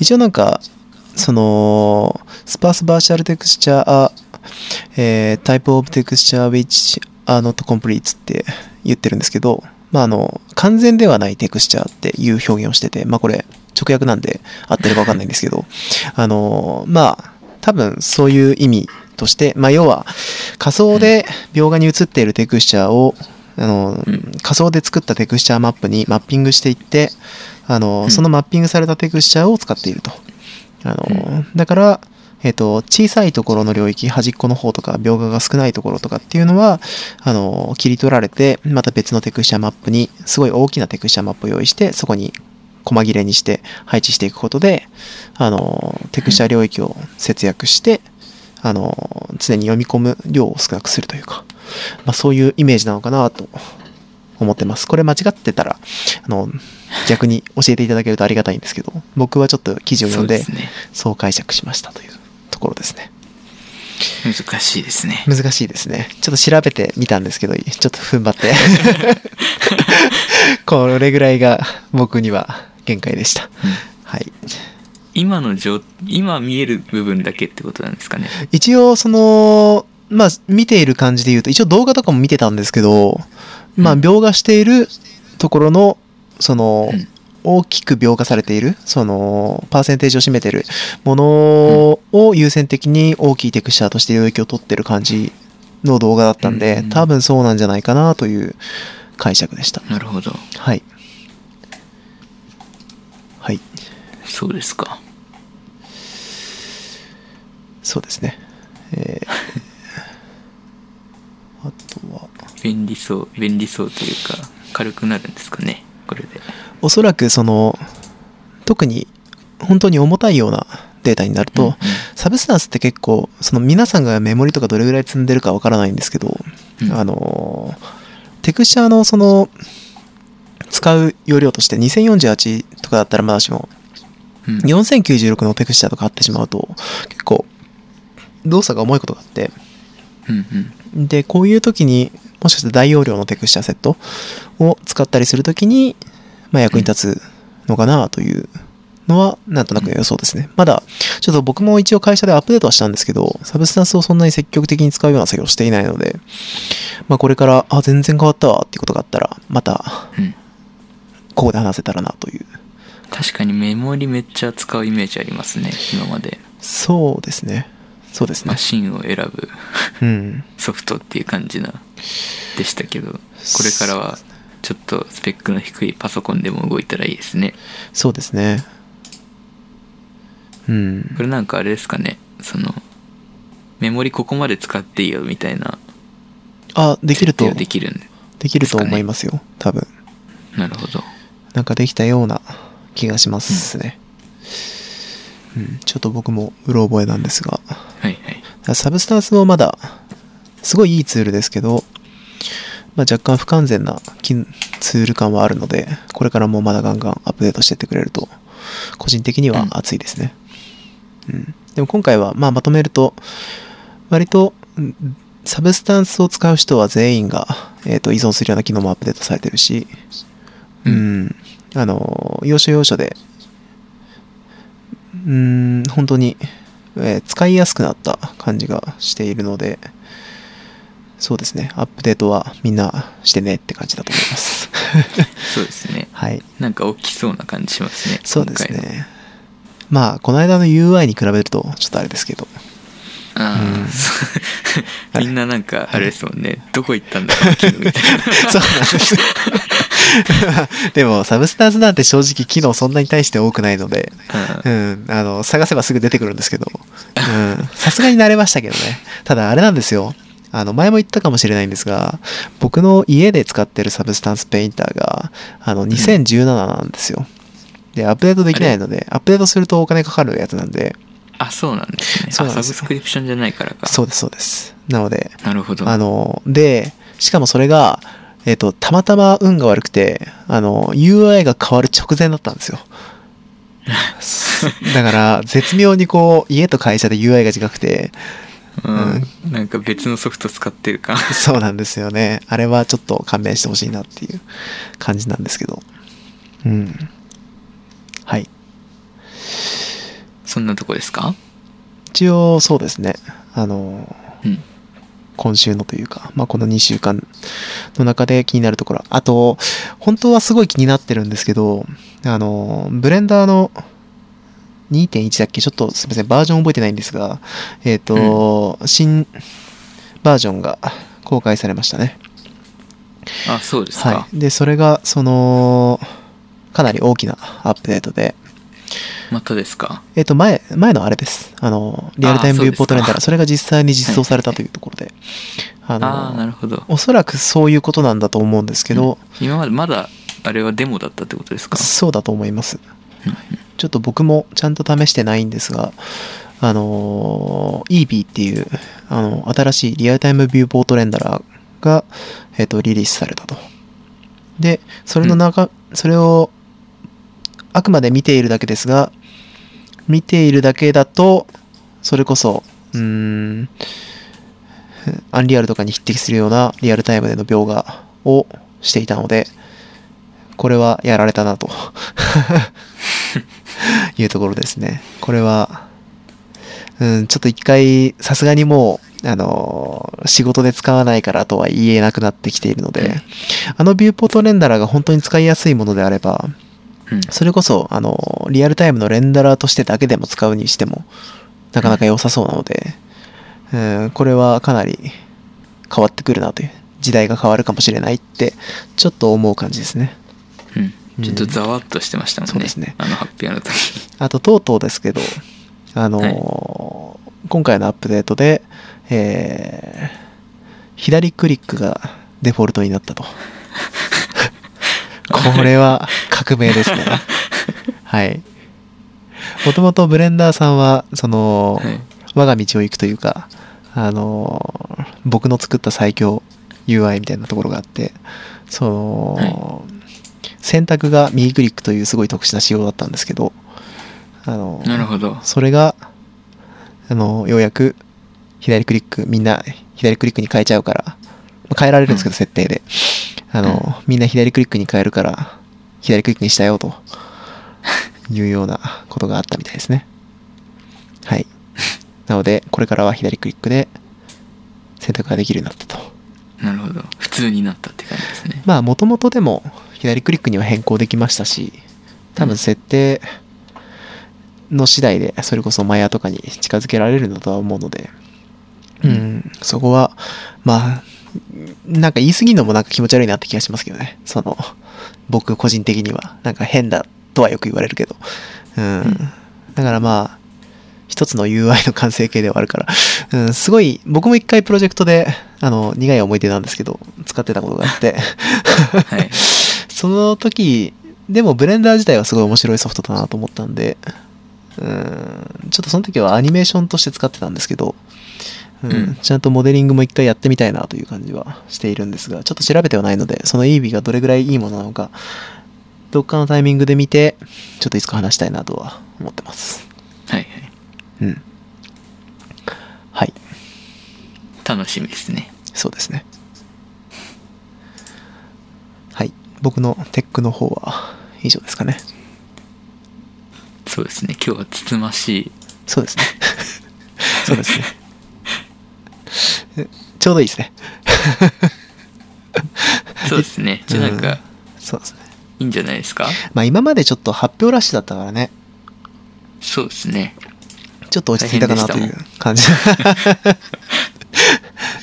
A: 一応なんか、その、スパースバーチャルテクスチャー、えー、タイプオブテクスチャー which are not complete って言ってるんですけど、まあ、あの、完全ではないテクスチャーっていう表現をしてて、まあ、これ、直訳なんで合ってるかわかんないんですけど、 あの、まあ、多分そういう意味として、まあ、要は、仮想で描画に映っているテクスチャーを、あの
B: うん
A: 仮想で作ったテクスチャーマップにマッピングしていってあの、
B: うん
A: そのマッピングされたテクスチャーを使っているとあの、
B: う
A: だから、えっと小さいところの領域端っこの方とか描画が少ないところとかっていうのはあの切り取られてまた別のテクスチャーマップにすごい大きなテクスチャーマップを用意してそこに細切れにして配置していくことであのテクスチャー領域を節約して、あの常に読み込む量を少なくするというか、まあ、そういうイメージなのかなと思ってますこれ間違ってたらあの逆に教えていただけるとありがたいんですけど僕はちょっと記事を
B: そ
A: 読
B: うんで
A: です
B: ね
A: そう解釈しましたというところですね
B: 難しいですね
A: 難しいですねちょっと調べてみたんですけどちょっと踏ん張って これぐらいが僕には限界でしたはい
B: 今の状今見える部分だけってことなんですかね
A: 一応そのまあ見ている感じで言うと一応動画とかも見てたんですけどまあ
B: うん
A: 描画しているところのその
B: うん
A: 大きく描画されているそのパーセンテージを占めているものを優先的に大きいテクスチャーとして領域を取ってる感じの動画だったん
B: うん
A: で
B: うん
A: 多分そうなんじゃないかなという解釈でした
B: なるほど
A: はいはい
B: そうですか
A: そうですねえ ーあとは
B: 便利そう便利そうというか軽くなるんですかねこれで
A: おそらくその特に本当に重たいようなデータになると、
B: うんうん
A: サブスタンスって結構その皆さんがメモリとかどれぐらい積んでるかわからないんですけど、
B: うん
A: あのテクスチャーのその使う容量として2048とかだったらまだしも
B: うん
A: 4096のテクスチャーとかあってしまうと結構動作が重いことがあって
B: うんうん
A: でこういう時にもしかして大容量のテクスチャーセットを使ったりする時に、まあ、役に立つのかなというのはなんとなく予想ですねまだちょっと僕も一応会社でアップデートはしたんですけどサブスタンスをそんなに積極的に使うような作業をしていないので、まあ、これからあ全然変わったわっていうことがあったらまた
B: うん
A: ここで話せたらなという
B: 確かにメモリめっちゃ使うイメージありますね今まで
A: そうですねそうですね
B: マシンを選ぶ
A: うん
B: ソフトっていう感じなでしたけどこれからはちょっとスペックの低いパソコンでも動いたらいいですね
A: そうですねうん
B: これなんかあれですかねそのメモリここまで使っていいよみたいな
A: あできると
B: 設定はできるんで
A: できると思いますよ、多分
B: なるほど
A: なんかできたような気がしますね、うんちょっと僕もうろ覚えなんですが
B: はいはい
A: サブスタンスもまだすごいいいツールですけど、まあ、若干不完全なきツール感はあるのでこれからもまだガンガンアップデートしてってくれると個人的には熱いですね、うん、でも今回はまあまとめると割とうんサブスタンスを使う人は全員が、えー、と依存するような機能もアップデートされてるしう
B: うん
A: ん、あの要所要所でうん本当に、えー使いやすくなった感じがしているのでそうですねアップデートはみんなしてねって感じだと思います
B: そうですね
A: はい
B: なんか大きそうな感じしますね
A: そうです
B: 今回の
A: ねまあこの間の UI に比べるとちょっとあれですけど
B: あ
A: うん
B: あそう みんななんかあれですもんねどこ行ったんだか昨日みたいな
A: そうなんです。 でも、サブスタンスなんて正直機能そんなに対して多くないので、
B: う
A: うんん、あの、探せばすぐ出てくるんですけど、うん、さすがに慣れましたけどね。ただ、あれなんですよ。あの、前も言ったかもしれないんですが、僕の家で使ってるサブスタンスペインターが、あの、2017なんですよ。で、アップデートできないので、アップデートするとお金かかるやつなんで、
B: あそうなんですね
A: そう
B: あ
A: なんで
B: サ
A: すよ
B: ブスクリプションじゃないからか
A: そうです、そうです。なので、
B: なるほど
A: あの、で、しかもそれが、えっ、と、たまたま運が悪くて、あの、UI が変わる直前だったんですよ。だから、絶妙にこう、家と会社で UI が違くて、
B: うん、なんか別のソフト使ってるか
A: そうなんですよね。あれはちょっと勘弁してほしいなっていう感じなんですけど。うん。はい。
B: そんなとこですか
A: 一応そうですね。あの、
B: うん
A: 今週のというか、まあ、この2週間の中で気になるところ。あと、本当はすごい気になってるんですけど、あの、ブレンダーの2.1だっけちょっとすみません、バージョン覚えてないんですが、えっ、と、新バージョンが公開されましたね。
B: あそうですか、
A: はい。で、それが、その、かなり大きなアップデートで、
B: またですか
A: えっ、と、前、前のあれです。あの、リアルタイムビューポートレンダーそれが実際に実装されたというところで、あ
B: ああー
A: の、
B: なるほど
A: おそらくそういうことなんだと思うんですけど、
B: 今までまだあれはデモだったってことですか
A: そうだと思います
B: うん。
A: ちょっと僕もちゃんと試してないんですが、あの、EB っていう、あの、新しいリアルタイムビューポートレンダラーが、えっ、と、リリースされたと。で、それの中、それを、あくまで見ているだけですが、見ているだけだと、それこそ、うーん、アンリアルとかに匹敵するようなリアルタイムでの描画をしていたので、これはやられたなと いうところですね。これは、うん、ちょっと一回、さすがにもう、あのー仕事で使わないからとは言えなくなってきているの
B: うん
A: で、あのビューポートレンダラーが本当に使いやすいものであれば、
B: うん
A: それこそ、あの、リアルタイムのレンダラーとしてだけでも使うにしても、なかなか良さそうなので、うん、これはかなり変わってくるなという、時代が変わるかもしれないって、ちょっと思う感じですね。
B: うん、ちょっとざわっとしてましたもんね、
A: そうですね
B: あの発表の時
A: あと、とうとうですけど、あのー今回のアップデートで、えー左クリックがデフォルトになった と。これは革命ですね。はい。もともとブレンダーさんは、その、
B: はい
A: 我が道を行くというか、あのー僕の作った最強 UI みたいなところがあって、その、選択が右クリックというすごい特殊な仕様だったんですけど、あのー
B: なるほど
A: それが、あのーようやく左クリック、みんな左クリックに変えちゃうから、まあ変えられるんですけど、
B: うん
A: 設定で。あのーみんな左クリックに変えるから、左クリックにしたよというようなことがあったみたいですね。はい。なので、これからは左クリックで選択ができるようになったと。
B: なるほど普通になったって感じですね
A: まあ、もともとでも左クリックには変更できましたし、多分設定の次第で、それこそマヤとかに近づけられるのとは思うので、う
B: うん
A: ん、そこは、まあ、なんか言い過ぎるのもなんか気持ち悪いなって気がしますけどね。その、僕個人的には、なんか変だとはよく言われるけど。うん。
B: うん
A: だからまあ、一つの UI の完成形ではあるから、 うん、すごい、僕も一回プロジェクトで、あの、苦い思い出なんですけど、使ってたことがあって、
B: はい
A: その時、でもブレンダー自体はすごい面白いソフトだなと思ったんで、うん、ちょっとその時はアニメーションとして使ってたんですけど、うん
B: うん
A: ちゃんとモデリングも一回やってみたいなという感じはしているんですが、ちょっと調べてはないので、その EV がどれぐらいいいものなのか、どっかのタイミングで見て、ちょっといつか話したいなとは思ってます。
B: はいはい
A: うん。はい。
B: 楽しみですね
A: そうですね。はい。僕のテックの方は以上ですかね。
B: そうですね今日はつつましい
A: そうですね。 そうですね。えちょうどいいですね。
B: そうですねじゃあなん
A: うん
B: か
A: そうですね。
B: いいんじゃないですか、
A: まあ今までちょっと発表ラッシュだったからね、
B: そうですね
A: ちょっと落ち着いたかなという感じ。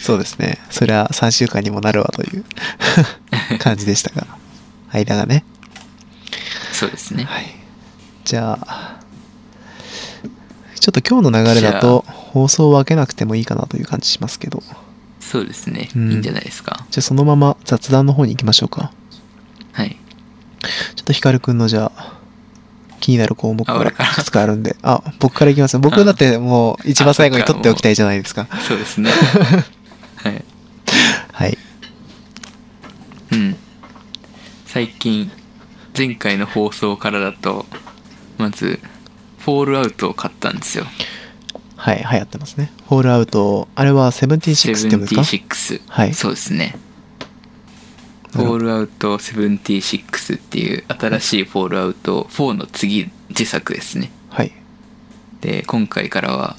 A: そうですね。そりゃ3週間にもなるわという 感じでしたが、間がね。
B: そうですね
A: はい。じゃあ、ちょっと今日の流れだと放送を分けなくてもいいかなという感じしますけど、じゃ
B: そうですね、
A: うん
B: いいんじゃないですか
A: あそのまま雑談の方に行きましょうか。
B: はい
A: ちょっとヒカルくんのじゃあ、気になる項目
B: あ
A: が
B: 俺
A: い
B: から
A: くつかあるんで、あ、僕からいきますよ。僕だってもう一番最後に取っておきたいじゃないですか。
B: そうですねはい
A: はい。
B: うん最近前回の放送からだとまずフォールアウトを買ったんですよ
A: はい流行ってますねホールアウトあれは76って言うんですか
B: 76
A: はい
B: そうですね
A: なるほど
B: フォールアウト76っていう新しいフォールアウト4の次自作ですね
A: はい
B: で今回からは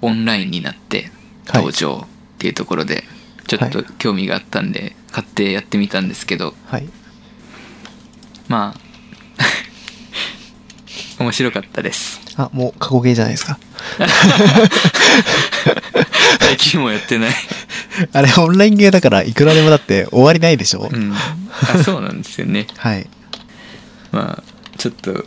B: オンラインになって登場っていうところで、ちょっと興味があったんで買ってやってみたんですけど
A: はい
B: まあ 面白かったです
A: あもう過去形じゃないですか
B: 最近もやって ない、
A: あれオンラインゲーだからいくらでもだって終わりないでしょ、
B: うん、あそうなんですよね
A: はい
B: まあちょっと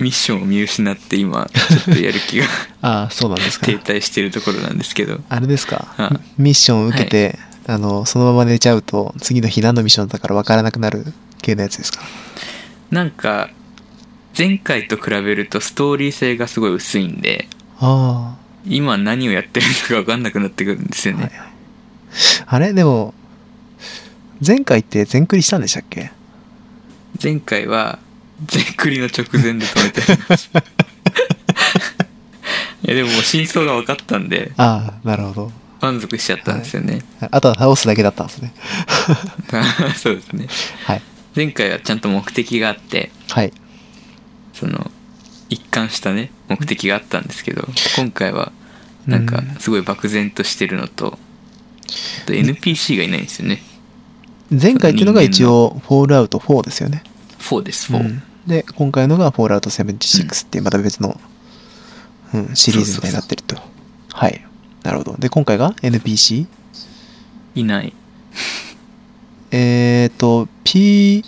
B: ミッションを見失って今ちょっとやる 気が
A: ああそうなんですか
B: 停滞してるところなんですけど
A: あれですか、
B: はい
A: ミッションを受けて、あのそのまま寝ちゃうと次の日何のミッションだから分からなくなる系のやつですか
B: なんか前回と比べるとストーリー性がすごい薄いんで
A: あ
B: 今何をやってるのか分かんなくなってくるんですよ
A: あ、
B: ね、
A: はいはい、あれでも前回って全クリしたんでしたっけ
B: 前回は全クリの直前で止めてます いやでももう真相が分かったんで
A: ああなるほど
B: 満足しちゃったんですよね、
A: あとは倒すだけだったんですね
B: そうですね
A: はい
B: 前回はちゃんと目的があって
A: はい
B: その一貫したね目的があったんですけど今回はなんか
A: うん
B: すごい漠然としてるのとあと NPC がいないんですよね
A: 前回っていうのが一応「フォールアウト4」ですよね、
B: 4です
A: う
B: 4、
A: んで今回のが「フォールアウト76」っていうまた別の、うんシリーズみたいになってるとはいなるほどで今回が NPC
B: いない
A: えっ、と、P、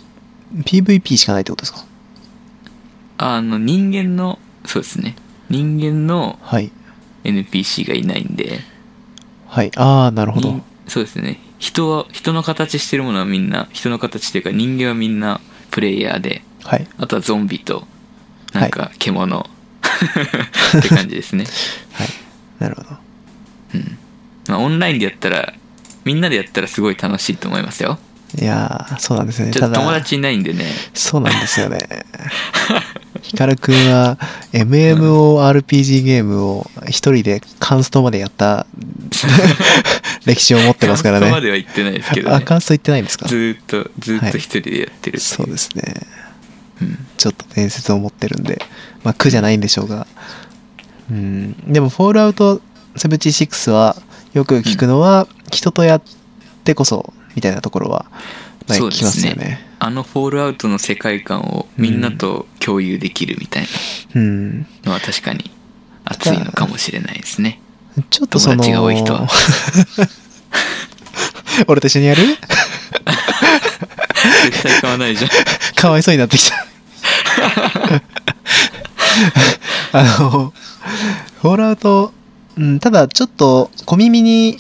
A: PVP しかないってことですか
B: あの人間のそうですね人間の
A: はい。
B: NPC がいないんで
A: はい。ああ、なるほど
B: 人。そうですね人は人の形してるものはみんな人の形っていうか人間はみんなプレイヤーで
A: はい。
B: あとはゾンビとなんか獣、 って感じです ね
A: はい。なるほど。
B: うんまあ、オンラインでやったらみんなでやったらすごい楽しいと思いますよ
A: いやー、そうなんですよね。
B: ちょ
A: た
B: っと友
A: だ、
B: 達いないんでね
A: そうなんです よね。ヒカルくんは MMORPG ゲームを一人でカンストまでやった 歴史を持ってますから
B: カンストま
A: ね。
B: では行ってないですけど、
A: あ、
B: ね、
A: カンスト行ってないんですか
B: ずーっとずーっと一人でやってるってい
A: そうですね。
B: うん
A: ちょっと伝説を持ってるんで、まあ、苦じゃないんでしょうが。うん、でも、フォールアウト76は、よく聞くのは、人とやってこそ、みたいなところは、まあ、
B: そう
A: 聞
B: です
A: き
B: ね
A: ますよね。
B: あのフォールアウトの世界観をみんなと共有できるみたい
A: うん。
B: なのは確かに熱いのかもしれないですね
A: ちょっとその、
B: 友達が多い人は
A: 俺と一緒にやる
B: 絶対買わないじゃん
A: か わいそうになってきた。あの、フォールアウト、うん、ただちょっと小耳に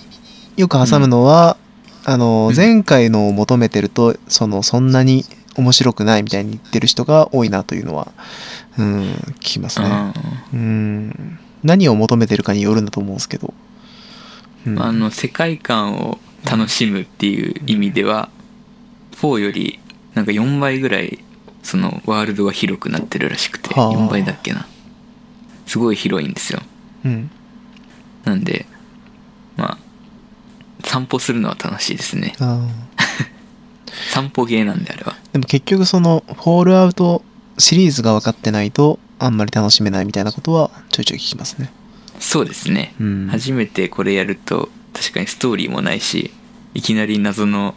A: よく挟むのは、あの
B: う、ん
A: 前回のを求めてると、その、そんなに面白くないみたいに言ってる人が多いなというのは、うん、聞きますね。
B: あー
A: うん。何を求めてるかによるんだと思うんですけど。うん
B: あの世界観を楽しむっていう意味では4よりなんか4倍ぐらいそのワールドが広くなってるらしくて
A: はあ
B: 4倍だっけなすごい広いんですよ
A: うん。
B: なんでまあ散歩するのは楽しいですね
A: あー
B: 散歩ゲーなんであれは
A: でも結局その、フォールアウトシリーズが分かってないと、あんまり楽しめないみたいなことはちょいちょい聞きますね。
B: そうですね、
A: うん。
B: 初めてこれやると確かにストーリーもないしいきなり謎の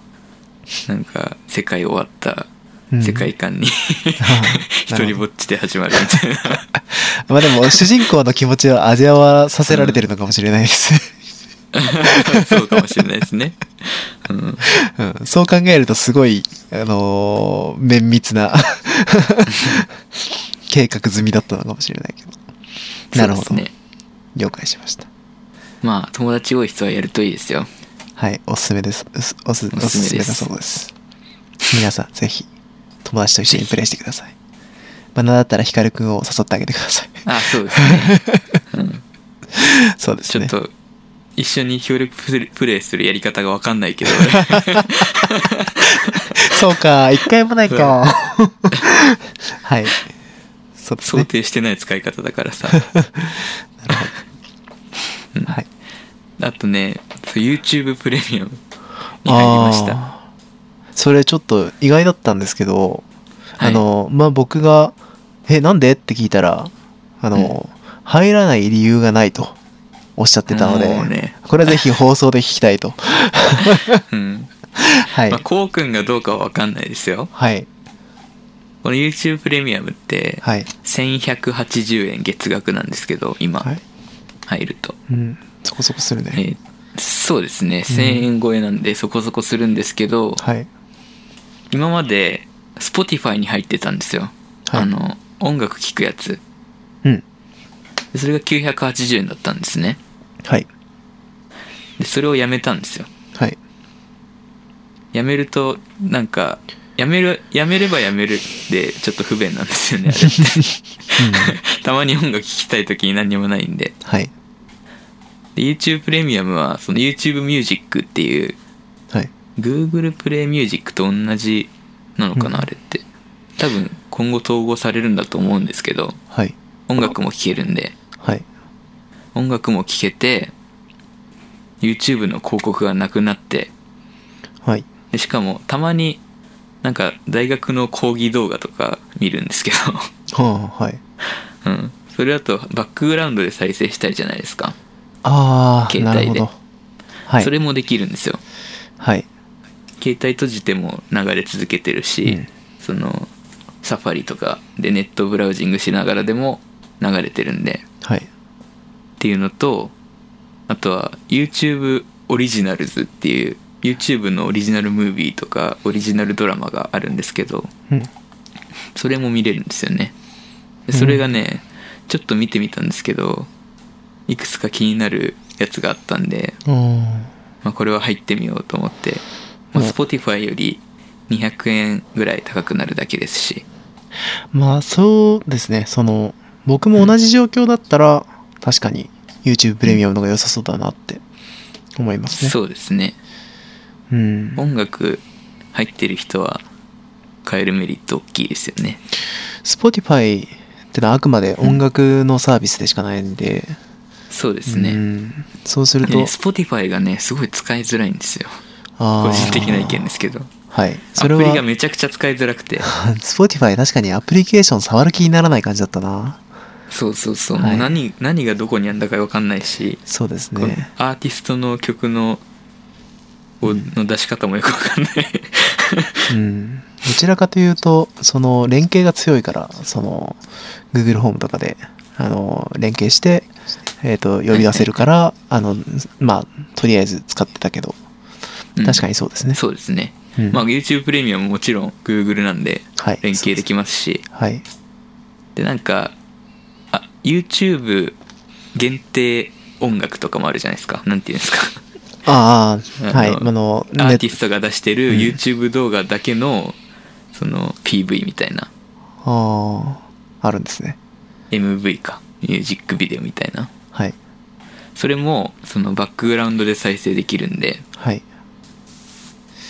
B: なんか世界終わった
A: うん
B: 世界観に 一人ぼっちで始まるみたいな
A: まあでも、主人公の気持ちを味わわさせられてるのかもしれないです。
B: そうかもしれないですね。うん、
A: うん、そう考えると、すごい、あのー綿密 な計画済みだったのかもしれないけど。 なるほ
B: そ
A: ど。
B: うですね。
A: 了解しました。
B: まあ、友達多い人はやるといいですよ。
A: はい、おすすめです。おすおす
B: お
A: おす
B: すす
A: す
B: め
A: め
B: で
A: だ
B: す
A: そうです。皆さん、ぜひ、友達と一緒にプレイしてください。まあ、なんだったら、ヒカルくんを誘ってあげてくださ い。
B: あ、そうで すね。うん、
A: そうです
B: ちょ
A: ね
B: っ。と、一緒に協力プレプレイするやり方がわかんないけ ど、
A: そうか、一回もないか。 はい。そうです
B: 想
A: ね。
B: 定してない使い方だからさ。
A: なるほどはい
B: あとね、そう YouTube プレミアムに入りました。
A: あーそれちょっと意外だったんですけど、
B: はい
A: あのまあ僕が「えなんで?」って聞いたらあの、入らない理由がないとおっしゃってたので、
B: もうね
A: これはぜひ放送で聞きた いと
B: うん。
A: はい、
B: まあ、こうくんがどうかはわかんないですよ。
A: はい
B: この YouTube プレミアムって、
A: はい
B: 1180円月額なんですけど、今
A: はい、
B: 入ると。
A: うん、そこそこするね、
B: えーそうですね、1000円超えなんでそこそこするんですけど、
A: はい
B: 今まで Spotify に入ってたんですよ。
A: はい
B: あの、音楽聴くやつ。
A: うん
B: でそれが980円だったんですね。
A: はい
B: で、それをやめたんですよ。
A: はい
B: やめるとなんかやめるやめればやめるでちょっと不便なんですよねあれって たまに音楽聴きたい時に何にもないんで
A: はい
B: で YouTube プレミアムはその YouTube ミュージックっていう
A: はい
B: Google プレイミュージックと同じなのかな、
A: うん
B: あれって多分今後統合されるんだと思うんですけど
A: はい
B: 音楽も聴けるんで
A: はい
B: 音楽も聴けて YouTube の広告がなくなって
A: はい
B: でしかもたまになんか大学の講義動画とか見るんですけ
A: はあはい
B: ど、うん、それだとバックグラウンドで再生したいじゃないですか、
A: ああ
B: 携
A: なる
B: 帯
A: ほ
B: で
A: どはい
B: それもできるんですよ
A: はい
B: 携帯閉じても流れ続けてるし、
A: うん
B: そのサファリとかでネットブラウジングしながらでも流れてるんで
A: はい
B: っていうのとあとは YouTube オリジナルズっていう YouTube のオリジナルムービーとかオリジナルドラマがあるんですけど
A: うん
B: それも見れるんですよねで
A: うん
B: それがね、ちょっと見てみたんですけどいくつか気になるやつがあったんで、
A: うん
B: まあ、これは入ってみようと思って、まあ、
A: うん
B: Spotify より200円ぐらい高くなるだけですし
A: まあそうですねその僕も同じ状況だったら確かに YouTube プレミアムの方が良さそうだなって思いますね
B: そうですね
A: うん
B: 音楽入ってる人は買えるメリット大きいですよね
A: Spotify ってのはあくまで音楽のサービスでしかないんで、
B: そうです
A: う
B: ね
A: んそうす
B: で
A: る
B: ね
A: と
B: Spotify がねすごい使いづらいんですよ
A: あー
B: 個人的な意見ですけど
A: はいそ
B: ア
A: れ
B: プリが
A: は
B: めちゃくちゃ使いづらくて
A: Spotify 確かにアプリケーション触る気にならない感じだったな
B: そうそうそう、
A: はい
B: もう何何がどこにあんだか分かんないし、
A: そうです
B: この
A: ね
B: アーティストの曲のをの出し方もよく分かんない
A: うんどちらかというとその連携が強いからその Google ホームとかであの連携して、えー、と呼び出せるからあのまあとりあえず使ってたけど
B: うん
A: 確かにそうですね、
B: そうですね、
A: うん
B: まあ YouTube プレミアムももちろん Google なんで
A: はい
B: 連携できますし
A: はい
B: でなんかあ YouTube 限定音楽とかもあるじゃないですかなんていうんですか
A: ああ
B: あの
A: はいあの
B: ア
A: ね
B: ーティストが出してる
A: うん
B: YouTube 動画だけのその PV みたいな
A: あああるんですね
B: MV かミュージックビデオみたいな
A: はい
B: それもそのバックグラウンドで再生できるんで
A: はい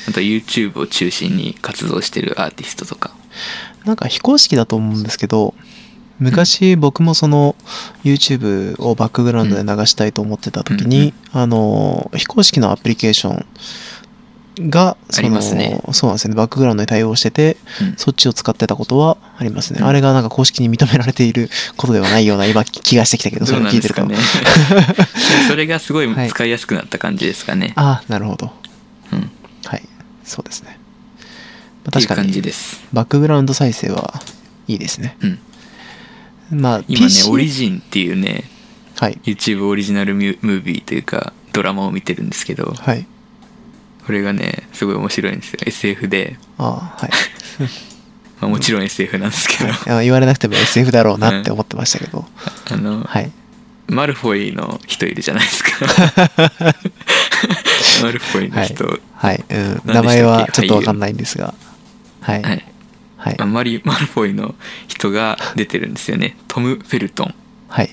B: あと YouTube を中心に活動してるアーティストとか
A: なんか非公式だと思うんですけど昔僕もその YouTube をバックグラウンドで流したいと思ってた時に、あの非公式のアプリケーションがその
B: ありますね
A: そうなんですよねバックグラウンドに対応してて
B: うん
A: そっちを使ってたことはありますね、
B: うん
A: あれがなんか公式に認められてい ることではないような今気がしてきたけどそ
B: ど
A: れを
B: うなん
A: 聞い
B: で
A: て
B: す
A: るか
B: からね それがすごい使いやすくなった感じですかね、
A: ああなるほど
B: うん、っ
A: はいそうですねまあ
B: てい
A: 確
B: う
A: か
B: 感じ
A: に
B: です、
A: バックグラウンド再生はいいですね
B: うん、
A: まあ
B: 今ね
A: PC
B: オリジンっていうね
A: はい
B: YouTube オリジナルミュムービーというかドラマを見てるんですけど
A: はい
B: これがねすごい面白いんですよ SF で、
A: ああはい
B: まあ、もちろん SF なんですけど
A: あの言われなくても SF だろうなって思ってましたけど、
B: あの
A: はい
B: マルフォイの人いるじゃないですかマルフォイの
A: はい
B: 人、
A: はい、うん、
B: け
A: 名前はちょっとわかんないんですがはい
B: はい
A: はい
B: あマリマルフォイの人が出てるんですよねトム・フェルトン
A: はい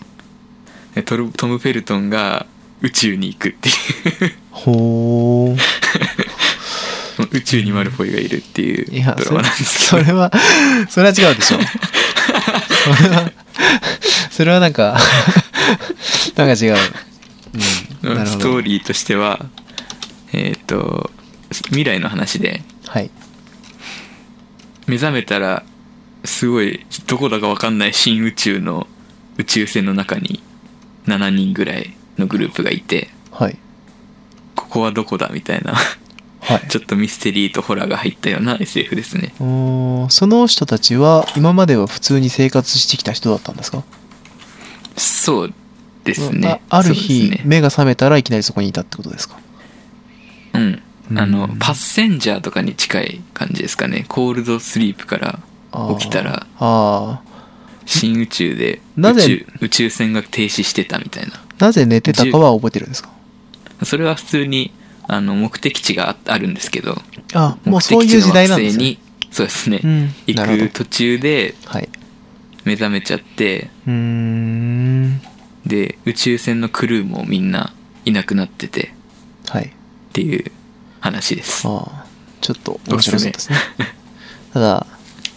B: えトルトム・フェルトンが宇宙に行くっていう
A: ほー
B: 宇宙にマルフォイがいるっていう
A: い
B: いド
A: や
B: ラ
A: そ
B: マ
A: れ
B: なんです
A: そ
B: けど
A: れはそれは違うでしょそ れはそれはなんかなんか違ううんなるほ
B: ス
A: ど
B: トーリーとしてはえっ、と未来の話で
A: はい
B: 目覚めたらすごいどこだか分かんない新宇宙の宇宙船の中に7人ぐらいのグループがいて
A: はい
B: ここはどこだみたいな
A: はい
B: ちょっとミステリーとホラーが入ったような SF ですね
A: おーその人たちは今までは普通に生活してきた人だったんですか
B: そうですね
A: あある
B: そう
A: 日、
B: ですね
A: 目が覚めたらいきなりそこにいたってことですか
B: うんあ
A: う
B: の
A: ん
B: パッセンジャーとかに近い感じですかねコールドスリープから
A: あー
B: 起きたら
A: あー
B: 新宇宙で
A: な
B: 宇
A: ぜ
B: 宙宇宙船が停止してたみたいな
A: なぜ寝てたかは覚えてるんですか
B: それは普通にあの目的地がああるんですけど
A: あも
B: 目
A: うそうい
B: 的地
A: う
B: の
A: 時
B: 惑
A: 代なんで
B: 星
A: すね
B: にそうですね、
A: うん
B: 行
A: なるほど
B: く途中で
A: はいう
B: 目覚めちゃって
A: ーん
B: で宇宙船のクルーもみんないなくなってて
A: はい
B: っていう話です
A: ああちょっと面白そうです ねただ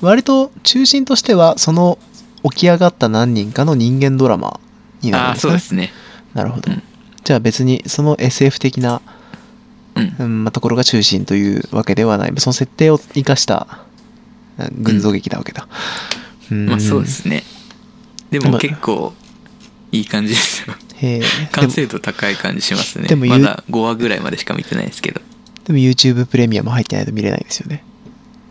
A: 割と中心としてはその起き上がった何人かの人間ドラマになるん
B: ああ
A: です
B: そ
A: か
B: う
A: ね
B: ですね
A: なるほど、
B: うん
A: じゃあ別にその SF 的な、
B: うん
A: うんまあところが中心というわけではないその設定を生かしたうん群像劇なわけだ、うん
B: まあそうですねで
A: でも
B: も結構いい感じですよ
A: へえで
B: 完
A: も
B: 成度高い感じしますね
A: でも言
B: ま
A: う
B: だ5話ぐらいまでしか見てないですけど
A: でも YouTube プレミアム入ってないと見れないですよね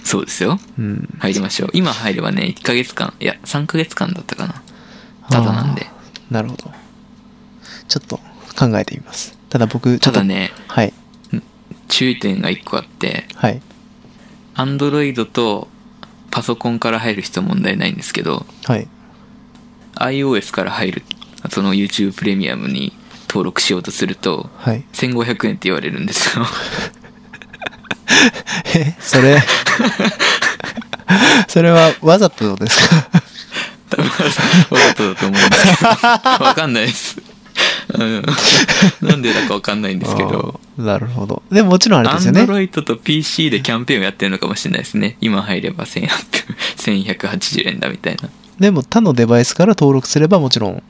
B: そうですよ
A: うん
B: 入りましょう今入ればね1ヶ月間いや3ヶ月間だったかなただなんで
A: あーなるほどちょっと考えてみますただ僕ちょ
B: た
A: っと
B: だね
A: はい
B: 注意点が1個あって
A: はい
B: アンドロイドとパソコンから入る人問題ないんですけど、
A: はい
B: iOS から入る、その YouTube プレミアムに登録しようとすると、
A: はい
B: 1500円って言われるんですよ。
A: えそ れそれはわざとですか
B: 多分、わざとだと思うんですけど、わかんないです。うんなんでだかわかんないんですけど、
A: あーなるほどでももちろんあれで
B: ア
A: すよ
B: ン
A: ね
B: ドロイドと PC でキャンペーンをやってるのかもしれないですね。今入れば1800 1180円だみたい
A: でも他のデバイスから登録すればもちろん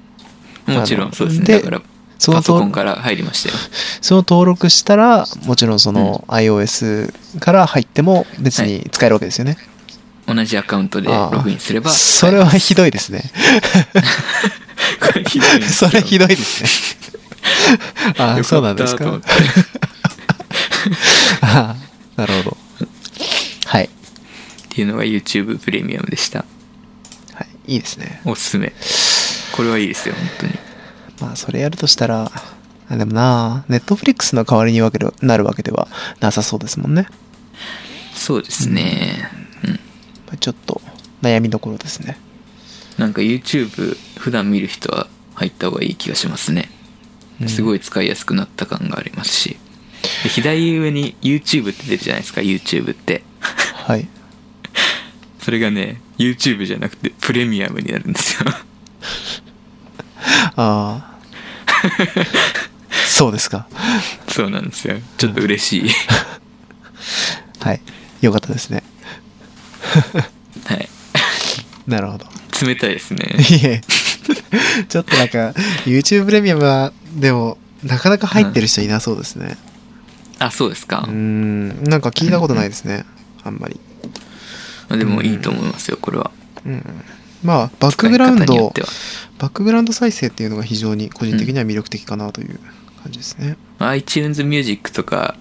B: な。もち
A: あ
B: ろ
A: の
B: んそうですね。
A: で
B: だから、
A: その
B: パソコン
A: 登
B: から入りましたよ。
A: その登録したらもちろんその iOS から入っても別に使えるわけですよね、
B: 同じアカウントでログインすれば。
A: それはひどいですね
B: これひどいんですよ
A: それひどいですね あーそうなんです
B: よ
A: か
B: ったと思って
A: あーなるほどはい、
B: っていうのが YouTube プレミアムでした
A: はい、いいですね
B: おすすめこれはいいですよ本当に
A: まあそれやるとしたらあでもなネットフリックスの代わりにわけるなるわけではなさそうですもんね
B: そうですねうん
A: まあちょっと悩みどころですね
B: なんか YouTube 普段見る人は入った方がいい気がしますね
A: うん
B: すごい使いやすくなった感がありますしで左上に YouTube って出るじゃないですか YouTube って
A: はい
B: それがね YouTube じゃなくてプレミアムになるんですよ
A: ああそうですか
B: そうなんですよちょっと嬉しい
A: はいよかったですね
B: はい
A: なるほど
B: 冷たいですね
A: いえ ちょっとなんか YouTube プレミアムはでもなかなか入ってる人いなそうですね
B: あそうですか
A: うーんなんか聞いたことないですねあんまり
B: まあでもいいと思いますよこれは
A: うんまあバックグラウン
B: 使い方によ
A: ド
B: っては
A: バックグラウンド再生っていうのが非常に個人的には魅力的かなという感じですね、
B: iTunes Music とか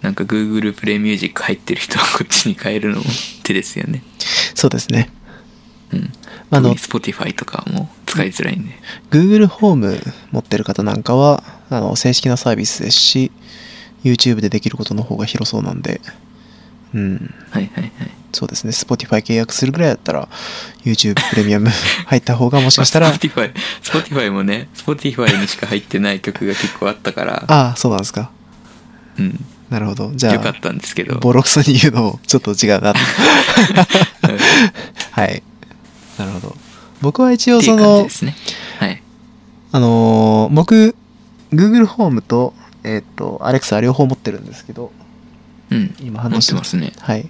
B: なんか Google プレイミュージック入ってる人はこっちに変えるのも手ですよね
A: そうですね
B: うん
A: あの
B: 特に Spotify とかはもう使いづらいんで
A: Google ホーム持ってる方なんかはあの正式なサービスですし YouTube でできることの方が広そうなんでうん
B: はいはいはい
A: そうですね Spotify 契約するぐらいだったら YouTube プレミアム 入った方がもしかしたら
B: Spotify Spotify もね Spotify にしか入ってない曲が結構あったから
A: ああそうなんですか
B: うん
A: なるほどじゃ
B: よかっ
A: あ
B: たんですけど
A: ボロクソに言うのもちょっと違う なと
B: うん
A: はいなるほど僕は一応
B: ってい
A: そう
B: 感じ
A: の
B: ですねはい
A: あのー僕 Google ホームとえっ、と Alexa 両方持ってるんですけど
B: うん
A: 今
B: 持
A: 話
B: っ
A: してて
B: ますね
A: はい。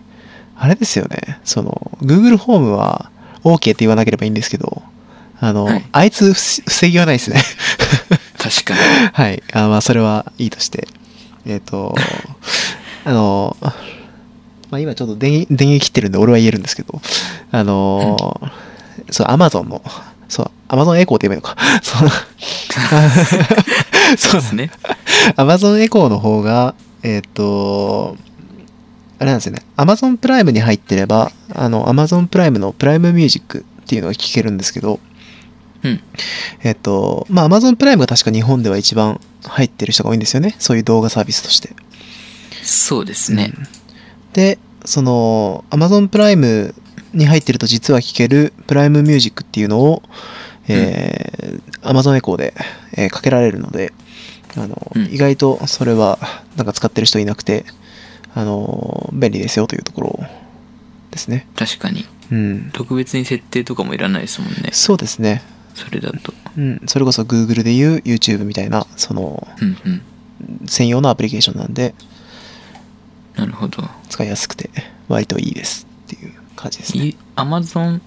A: あれですよね。その、Google ホームは OK って言わなければいいんですけど、あの、
B: はい
A: あいつふし防ぎはないですね。
B: 確かに。
A: はい。あまあ、それはいいとして。えっ、と、あの、まあ、今ちょっと電源電源切ってるんで、俺は言えるんですけど、あの、そう、アマゾンの、そう、アマゾンエコーって言えばいいのか。 そう、
B: そ
A: そう
B: うですね。
A: アマゾンエコーの方が、えっ、と、あれなんですよね。アマゾンプライムに入ってれば、あの、アマゾンプライムのプライムミュージックっていうのが聞けるんですけど、
B: うん。
A: えっ、と、まあ、アマゾンプライムが確か日本では一番入ってる人が多いんですよね。そういう動画サービスとして。
B: そうですね。
A: で、その、アマゾンプライムに入ってると実は聴けるプライムミュージックっていうのを、えー、アマゾンエコーで、えーかけられるので、あの、
B: うん
A: 意外とそれは、なんか使ってる人いなくて、あの、便利ですよというところですね。
B: 確かに。
A: うん。
B: 特別に設定とかもいらないですもんね。
A: そうですね。
B: それだと。
A: うん。それこそ Google でいう YouTube みたいな、その、
B: うんうん。
A: 専用のアプリケーションなんで、
B: なるほど。
A: 使いやすくて、割といいですっていう感じですね。
B: い Amazon、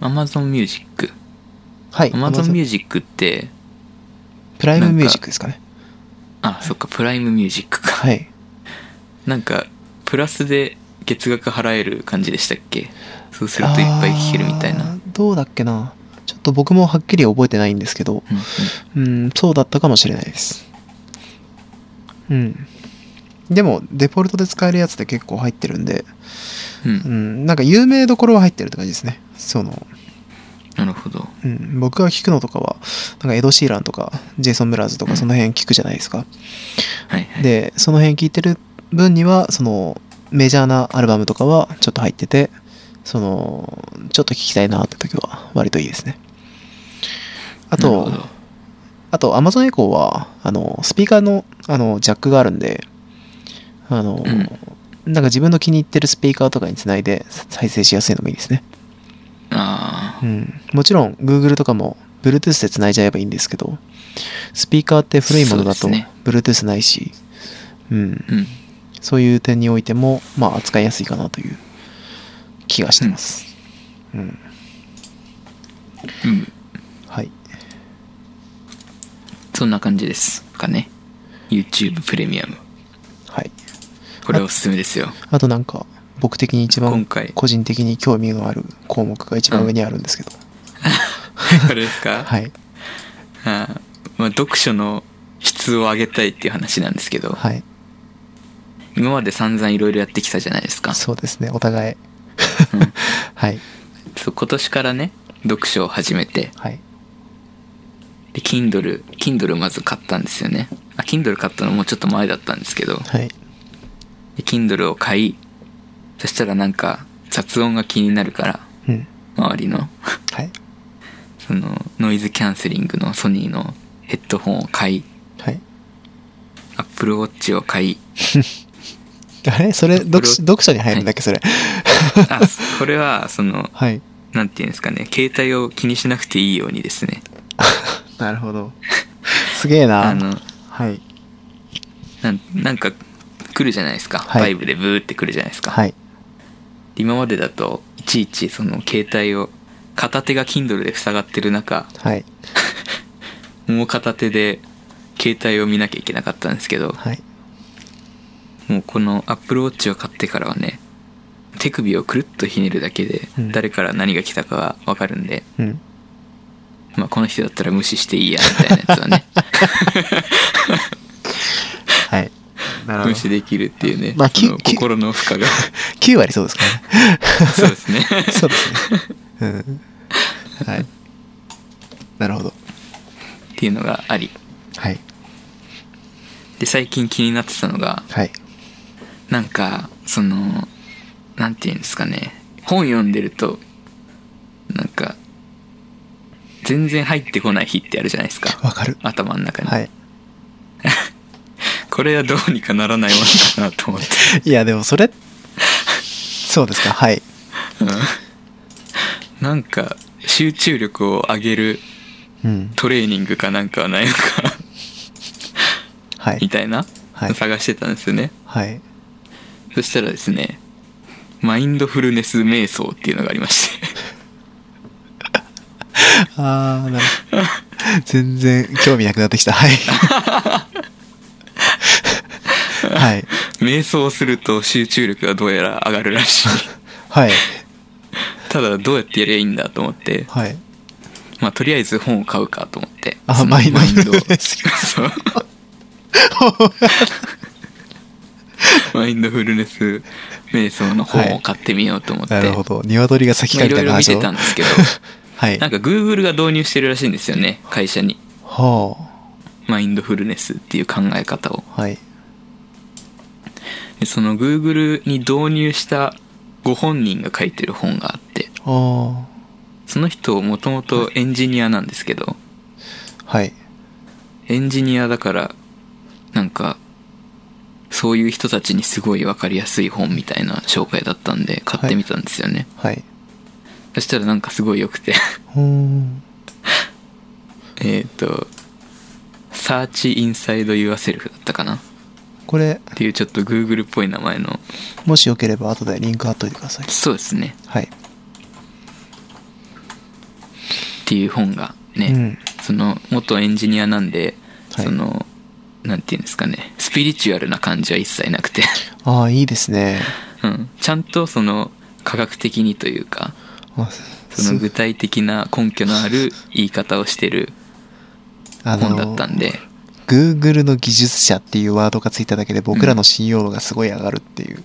B: Amazon Music。
A: はい。
B: Amazon
A: Amazon
B: Music って、
A: プライ
B: な
A: ム
B: ん
A: ミ
B: か
A: ュージックですかね。
B: あ、そっか、プライムミュージックか。
A: はい。
B: なんか、プラスで月額払える感じでしたっけそうするといっぱい聴けるみたいな。
A: あ
B: うん
A: ーどうだっけなちょっと僕もはっきり覚えてないんですけど
B: うん、
A: うんそうだったかもしれないですうんでもデフォルトで使えるやつで結構入ってるんで、
B: うん
A: うん、なんか有名どころは入ってるって感じですねその、
B: なるほど。
A: うん、僕が聞くのとかはなんかエド・シーランとかジェイソン・ムラーズとかその辺聞くじゃないですか
B: はいはい。
A: でその辺聞いてる分にはそのメジャーなアルバムとかはちょっと入っててそのちょっと聞きたいなって時は割といいですねあ
B: あ
A: とあと Amazon エコーはあのスピーカーのあのジャックがあるんであの、
B: うん
A: なんか自分の気に入ってるスピーカーとかにつないで再生しやすいのもいいですね、
B: あ
A: う
B: あ、
A: ん、もちろん Google とかも Bluetooth でつないじゃえばいいんですけどスピーカーって古いものだ
B: そ
A: と
B: うですね
A: Bluetooth ないしうん
B: うん。
A: そういう点においても、まあ、扱いやすいかなという気がしてます。うん。
B: うん。
A: はい。
B: そんな感じですかね。YouTube プレミアム。
A: はい。
B: これおすすめですよ。
A: あとなんか、僕的に一
B: 今
A: 番、
B: 回。
A: 個人的に興味のある項目が一番上にあるんですけど。
B: これですか、
A: はい。
B: あーまあ、読書の質を上げたいっていう話なんですけど、
A: はい。
B: 今まで散々いろいろやってきたじゃないですか。
A: そうですね。お互い。 はい。
B: そう今年からね、読書を始めて、
A: はい。
B: で、Kindle、Kindle まず買ったんですよね。あ、Kindle 買ったのもうちょっと前だったんですけど、
A: はい。
B: で Kindle を買い、そしたらなんか雑音が気になるから、
A: うん。
B: 周りの、
A: はい。
B: その、ノイズキャンセリングのソニーのヘッドホンを買い、
A: はい。
B: Apple Watch を 買い、
A: あれそれ読書、
B: これ
A: 読書に入るんだっけそれ。
B: あ、これは、その、
A: はい。
B: なんていうんですかね、携帯を気にしなくていいようにですね、
A: なるほど。すげえな。
B: あの、
A: はい。
B: なんなんか来るじゃないですか、
A: はい
B: バイブでブーって来るじゃないですか、
A: はい。
B: 今までだといちいちその携帯を片手が Kindle で塞がってる中
A: はい。
B: もう片手で携帯を見なきゃいけなかったんですけど
A: はい。
B: もうこの Apple Watch を買ってからはね手首をくるっとひねるだけで
A: うん
B: 誰から何が来たかがわかるんで、
A: うん。
B: まあこの人だったら無視していいやみたいなやつ はね
A: はい。な
B: 無視できるっていうね、
A: まあ
B: その
A: きき
B: 心の負荷が
A: 9割そうですかね。
B: そうですね
A: そうですね。うん。はい。なるほど。
B: っていうのがあり
A: はい。
B: で最近気になってたのが
A: はい。
B: なんか、その、なんていうんですかね。本読んでると、なんか、全然入ってこない日ってあるじゃないですか。
A: わかる。
B: 頭の中に。
A: はい。
B: これはどうにかならないものかなと思って。
A: いや、でもそれ、そうですか。はい。
B: うんなんか、集中力を上げる
A: うん。
B: トレーニングかなんかはないのか、
A: は
B: み
A: い。
B: たいな、
A: はい
B: 探してたんですよね。
A: はい。
B: そしたらですね、マインドフルネス瞑想っていうのがありまして。
A: あー、なる全然興味なくなってきた。 はい。はい。
B: 瞑想すると集中力がどうやら上がるらしい
A: はい。
B: ただどうやってやりゃいいんだと思って
A: はい。
B: まあとりあえず本を買うかと思って
A: あ
B: その
A: マインド
B: マイ ンドを
A: ですよ
B: そうマインドフルネス瞑想の本を買ってみようと思って、
A: なるほど。鶏が先
B: まあ
A: かみ
B: いろ
A: た
B: い
A: い
B: ろ
A: な
B: 見
A: 話
B: て
A: を。
B: たんですけど
A: はい
B: な。んか Google が導入してるらしいんですよね会社に
A: は
B: マインドフルネスっていう考え方を
A: あ。はい。
B: でその Google に導入したご本人が書いてる本があって
A: あ
B: その人もともとエンジニアなんですけど
A: あ。はい。
B: エンジニアだからなんかそういう人たちにすごい分かりやすい本みたいな紹介だったんで買ってみたんですよね、
A: はい。
B: そしたらなんかすごい良くて
A: うーん。
B: えっと「Search Inside Yourself」だったかなっ
A: これ、
B: ていうちょっと Google っぽい名前の
A: もしよければ後でリンク貼っといてください。
B: そうですね
A: はい。
B: っていう本がね、
A: うん
B: その元エンジニアなんで、
A: はい
B: そのなんていうんですかねスピリチュアルな感じは一切なくて、
A: ああ、いいですね。
B: うん、ちゃんとその科学的にというか
A: あ
B: その具体的な根拠のある言い方をしてる
A: あ
B: 本だったんで、
A: Google の技術者っていうワードがついただけで僕らの信用度がすごい上がるって いう、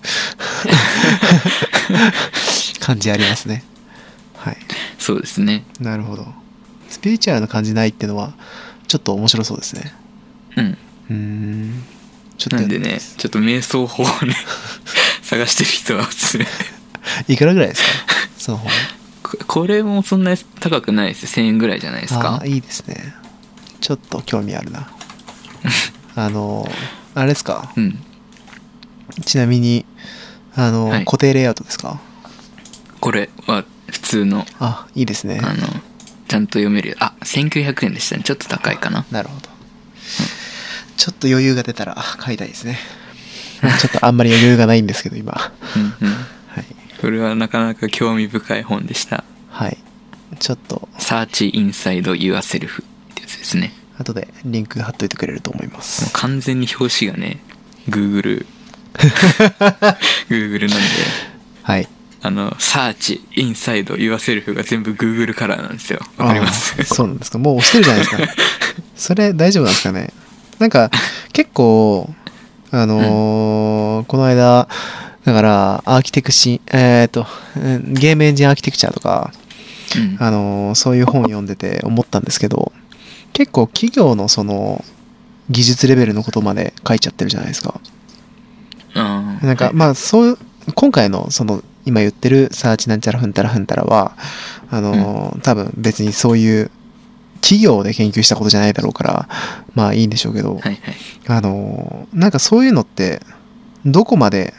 A: 感じありますね。はい。
B: そうですね
A: なるほど。スピリチュアルな感じないってのはちょっと面白そうですね。
B: うん
A: うーん。ちょっと
B: な
A: やっ
B: ん
A: て
B: で
A: み
B: ね
A: ます
B: ちょっと瞑想法を ね探してる人はおすすめ
A: いくらぐらい ですかその本。
B: ここれもそんな高くないです1000円ぐらいじゃないです
A: あ
B: か
A: あーいいですね。ちょっと興味あ るな。あの、あれですか
B: うん
A: ちなみに、あの、
B: はい
A: 固定レイアウトですか
B: これは普通の
A: あ、いいですね。
B: あのちゃんと読めるあ1900円でしたねちょっと高いかな
A: なるほど。ちょっと余裕が出たらあ買いたいです ね。ちょっとあんまり余裕がないんですけど、今。は
B: うんうん
A: い。
B: これはなかなか興味深い本でした
A: はい。ちょっと、
B: 「Search Inside Yourself」ってやつですね
A: 後でリンク貼っといてくれると思いま
B: もう
A: す。
B: 完全に表紙がね Google Google なんで
A: はい。
B: あの「Search Inside Yourself」が全部 Google カラーなんですよわかります
A: あーそうなんですか。もう押してるじゃ ないですか。それ大丈夫なんですかね。なんか、結構、あのーこの間、だから、アーキテクシえーっ、と、うんゲームエンジンアーキテクチャとか、
B: うん
A: あのーそういう本読んでて思ったんですけど結構企業のその技術レベルのことまで書いちゃってるじゃないですか。
B: あー
A: なんか、
B: はい
A: まあそう今回のその今言ってる「サーチなんちゃらふんたらふんたらは」あのー多分別にそういう企業で研究したことじゃないだろうからまあいいんでしょうけど、
B: はいはい
A: あのーなんかそういうのってどこまで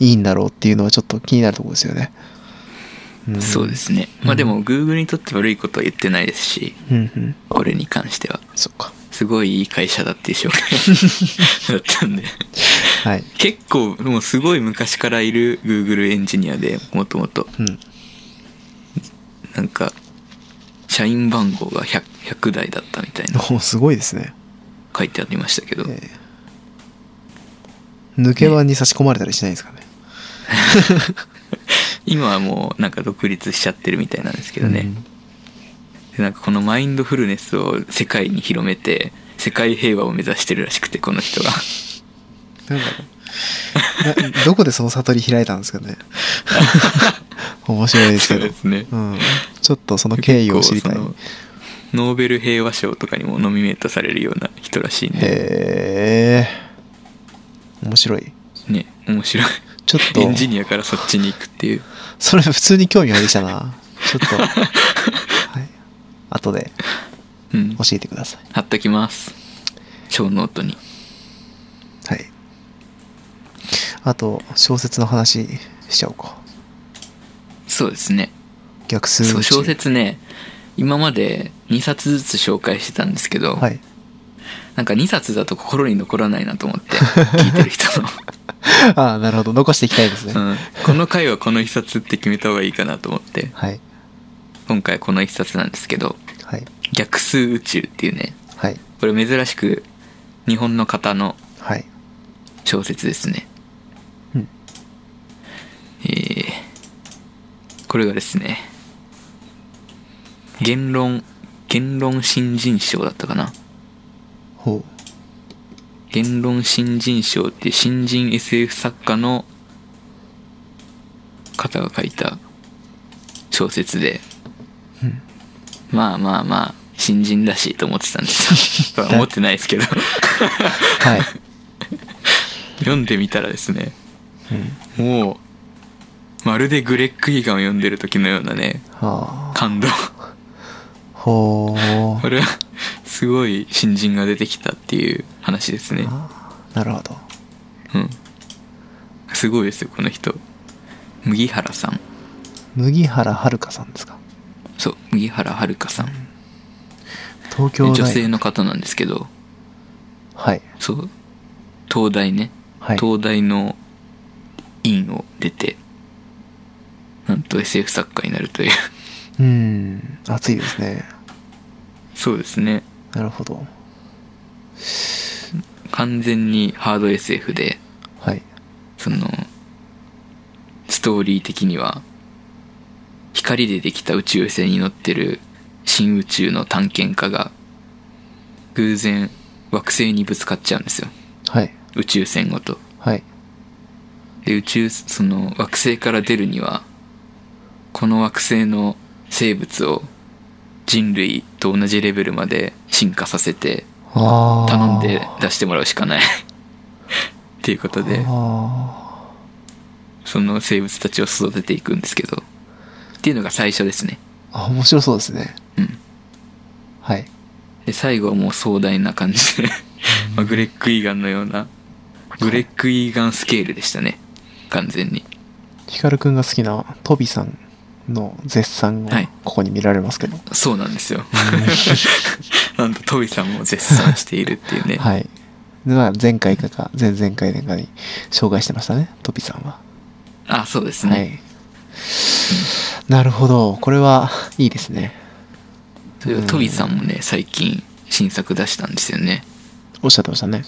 A: いいんだろうっていうのはちょっと気になるところですよね。ん
B: そうで。すねまあでも Google にとって悪いことは言ってないですし
A: うんうん。
B: これに関しては
A: そっか。
B: すごいいい会社だっていう紹介だったんで
A: はい。
B: 結構もうすごい昔からいる Google エンジニアでもともと
A: うん。
B: なんか社員番号が 100, 100台だったみたいな
A: おすごいですね、
B: 書いてありましたけど
A: ええ抜け輪に差し込まれたりしないんですかね
B: 今はもうなんか独立しちゃってるみたいなんですけどね、でなんかこのマインドフルネスを世界に広めて世界平和を目指してるらしくてこの人が
A: うんなんだろうなど こでその悟り開いたんですか ね面白いです
B: そ
A: け
B: う
A: ど
B: ですね
A: うん、ちょっとその経緯を知りたい
B: 結構そのノーベル平和賞とかにもノミネートされるような人らしいんで
A: へえ面白い
B: ね面白い
A: ちょっと
B: エンジニアからそっちに行くっていう
A: それ普通に興味が出てきたなちょっ とはい後で
B: うん
A: 教えてください
B: 貼っときます小ノートに
A: はいあと小説の話しちゃおうか
B: そうですね
A: 逆数
B: そう
A: 宇宙
B: 小説ね今まで2冊ずつ紹介してたんですけど、
A: はい
B: なんか2冊だと心に残らないなと思って聞いてる人 の、
A: ああ、なるほど。残していきたいですね。
B: うん、この回はこの1冊って決めた方がいいかなと思って
A: はい。
B: 今回この1冊なんですけど
A: はい。
B: 逆数宇宙っていうね
A: はい
B: これ珍しく日本の方の
A: はい
B: 小説ですね
A: うん
B: えーこれがですね言論言論新人賞だったかな
A: ほ
B: 言論新人賞っていう新人 SF 作家の方が書いた小説で、まあまあまあ新人らしいと思ってたんですよ思ってないですけど
A: うはい
B: 読んでみたらですね、もうまるでグレック・イーガンを読んでる時のようなね
A: あ
B: 感動
A: あほ
B: こ
A: う
B: れはすごい新人が出てきたっていう話ですね
A: あーなるほど
B: うんすごいですよこの人麦原さん
A: 麦原遥さんですか
B: そう麦原遥さん
A: 東京大
B: 女性の方なんですけど
A: はい
B: そう東大ね、
A: はい
B: 東大の院を出てなんと SF 作家になるという
A: うん暑いですね
B: そうですね
A: なるほど
B: 完全にハード SF で
A: はい
B: そのストーリー的には光でできた宇宙船に乗ってる新宇宙の探検家が偶然惑星にぶつかっちゃうんですよ
A: はい
B: 宇宙船ごと
A: はい
B: で宇宙その惑星から出るにはこの惑星の生物を人類と同じレベルまで進化させて
A: ああ
B: 頼んで出してもらうしかない っていうことで
A: あ
B: その生物たちを育てていくんですけどっていうのが最初ですね
A: ーあ面白そうですね
B: うん
A: はい
B: で最後はもう壮大な感じで、まあ、グレック・イーガンのようなグレック・イーガンスケールでしたね完全に
A: ヒカルくんが好きなトビさんの絶賛が
B: はい
A: ここに見られます けど、
B: そうなんですよなんとトビさんも絶賛しているっていうね、
A: はい。でまあ、前回かか、前々回なんかに紹介してましたね、トピさんは。
B: あそうですね、
A: はい。なるほど。これは、いいですね。
B: それをトビさんもね最近新作出したんですよね
A: おっしゃってました ね。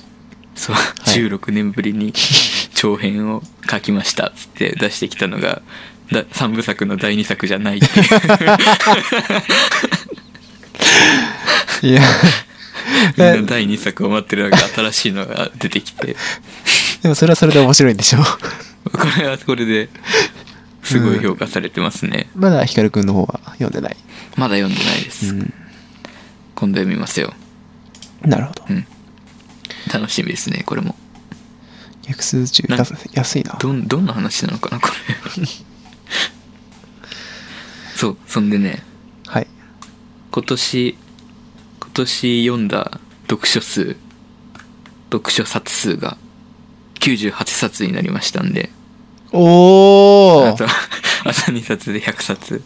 B: そう、
A: い
B: 16年ぶりに長編を書きましたっつって出してきたのがだ3部作の第2作じゃないっていう
A: いや、
B: みんな第2作を待ってる中新しいのが出てきて
A: でもそれはそれで面白いんでしょう。
B: これはこれですごい評価されてますね、
A: まだヒカルくんの方は読んでない。
B: まだ読んでないです、
A: う
B: 今度読みますよ
A: ん。なるほど
B: う。ん楽しみですねこれも
A: 逆数中、
B: な
A: 安安いな。
B: どんどんな話なのかなこ れそうそんでね
A: はい。
B: 今年今年読んだ読書数読書冊数が98冊になりましたんで
A: お
B: あと
A: ー
B: あと2冊で100冊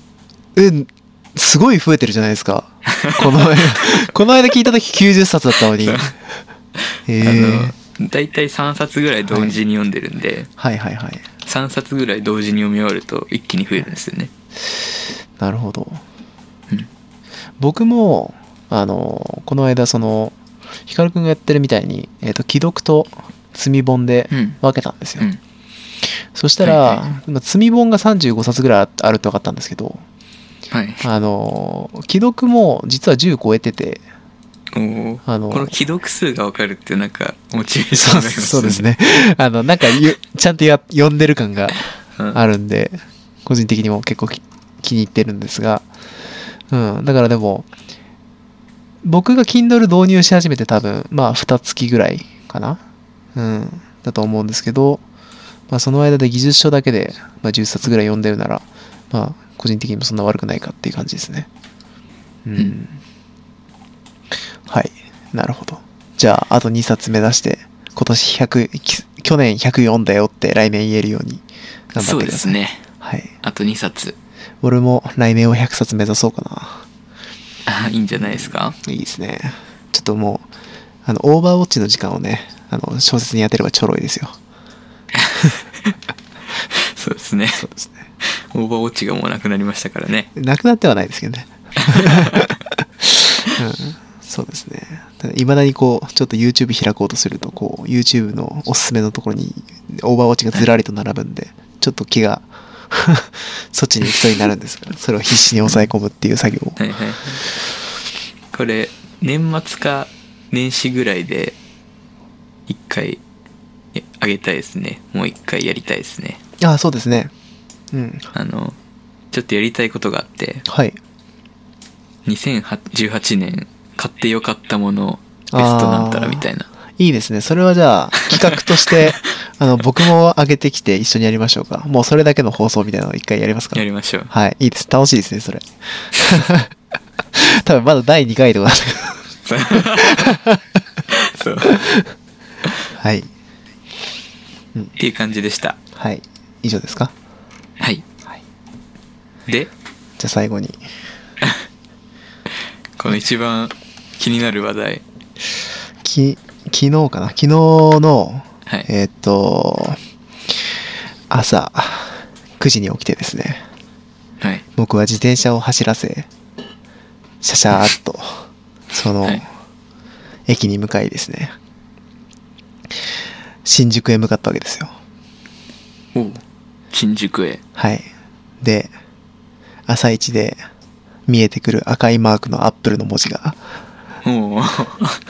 A: え、すごい増えてるじゃないですか。こ の、この間聞いた時90冊だったのに。へえ。
B: あの大体3冊ぐらい同時に読んでるんで、
A: はいはいはい。
B: 3冊ぐらい同時に読み終わると一気に増えるんですよね
A: なるほど、
B: うん
A: 僕もあのこの間そのヒカルくんがやってるみたいに、えー、と既読と積み本で
B: うん
A: 分けたんですよ、
B: うん
A: そしたら、
B: はいはい
A: まあ積み本が35冊ぐらいああるって分かったんですけど
B: はい
A: あの既読も実は10超えてて
B: おー
A: あの
B: この既読数が分かるってなんかモチベーショ
A: そう
B: ンになります ね
A: そうですねあのなんかゆちゃんとや読んでる感が
B: うん
A: あるんで、個人的にも結構き気に入ってるんですが、うん、だからでも、僕が Kindle 導入し始めて多分、まあ、2月ぐらいかなうん、だと思うんですけど、まあ、その間で技術書だけで、まあ、10冊ぐらい読んでるなら、まあ、個人的にもそんな悪くないかっていう感じですね。うん。
B: うん
A: はい。なるほど。じゃあ、あと2冊目指して、今年100、き去年104だよって来年言えるように頑張
B: そ
A: っ
B: う
A: て
B: で
A: くだ
B: す
A: さい。
B: ね
A: はい。
B: あと2冊
A: 俺も来年を100冊目指そうか
B: あいいんじゃないで すか
A: な。いいですね。ちょっともう、あの、オーバーウォッチの時間をね、あの、小説に当てればちょろいですよ。
B: そうですね
A: そうですね。
B: オーバーウォッチがもうなくなりましたからね
A: なくなってはないですけどね。そうですねいまだにこうちょっと YouTube 開こうとするとこう YouTube のおすすめのところにオーバーウォッチがずらりと並ぶんでちょっと気が そっちに行きそうになるんですがそれを必死に抑え込むっていう作業を
B: はいはいはいこれ年末か年始ぐらいで一回えあげたいですねもう一回やりたいですね
A: ああそうですねうん
B: あのちょっとやりたいことがあって
A: はい
B: 2018年買ってよかったものベストなんたらみたいない
A: いですねそれはじゃあ企画として あの僕も上げてきて一緒にやりましょうかもうそれだけの放送みたいなのを一回やりますか
B: やりまし ょう
A: はいいいです楽しいですねそれ多分まだ第2回とかなんだけど
B: そうっ
A: はい
B: ていう感じでした
A: はい以上ですか
B: はい、
A: はい
B: で
A: じゃあ最後に
B: この一番気になる話題
A: き昨日かな昨日の、
B: はい
A: えーっと朝9時に起きてですね
B: はい
A: 僕は自転車を走らせシャシャーっとその、
B: はい
A: 駅に向かいですね新宿へ向かったわけですよ
B: おう新宿へ
A: はいで朝一で見えてくる赤いマークのアップルの文字が
B: おう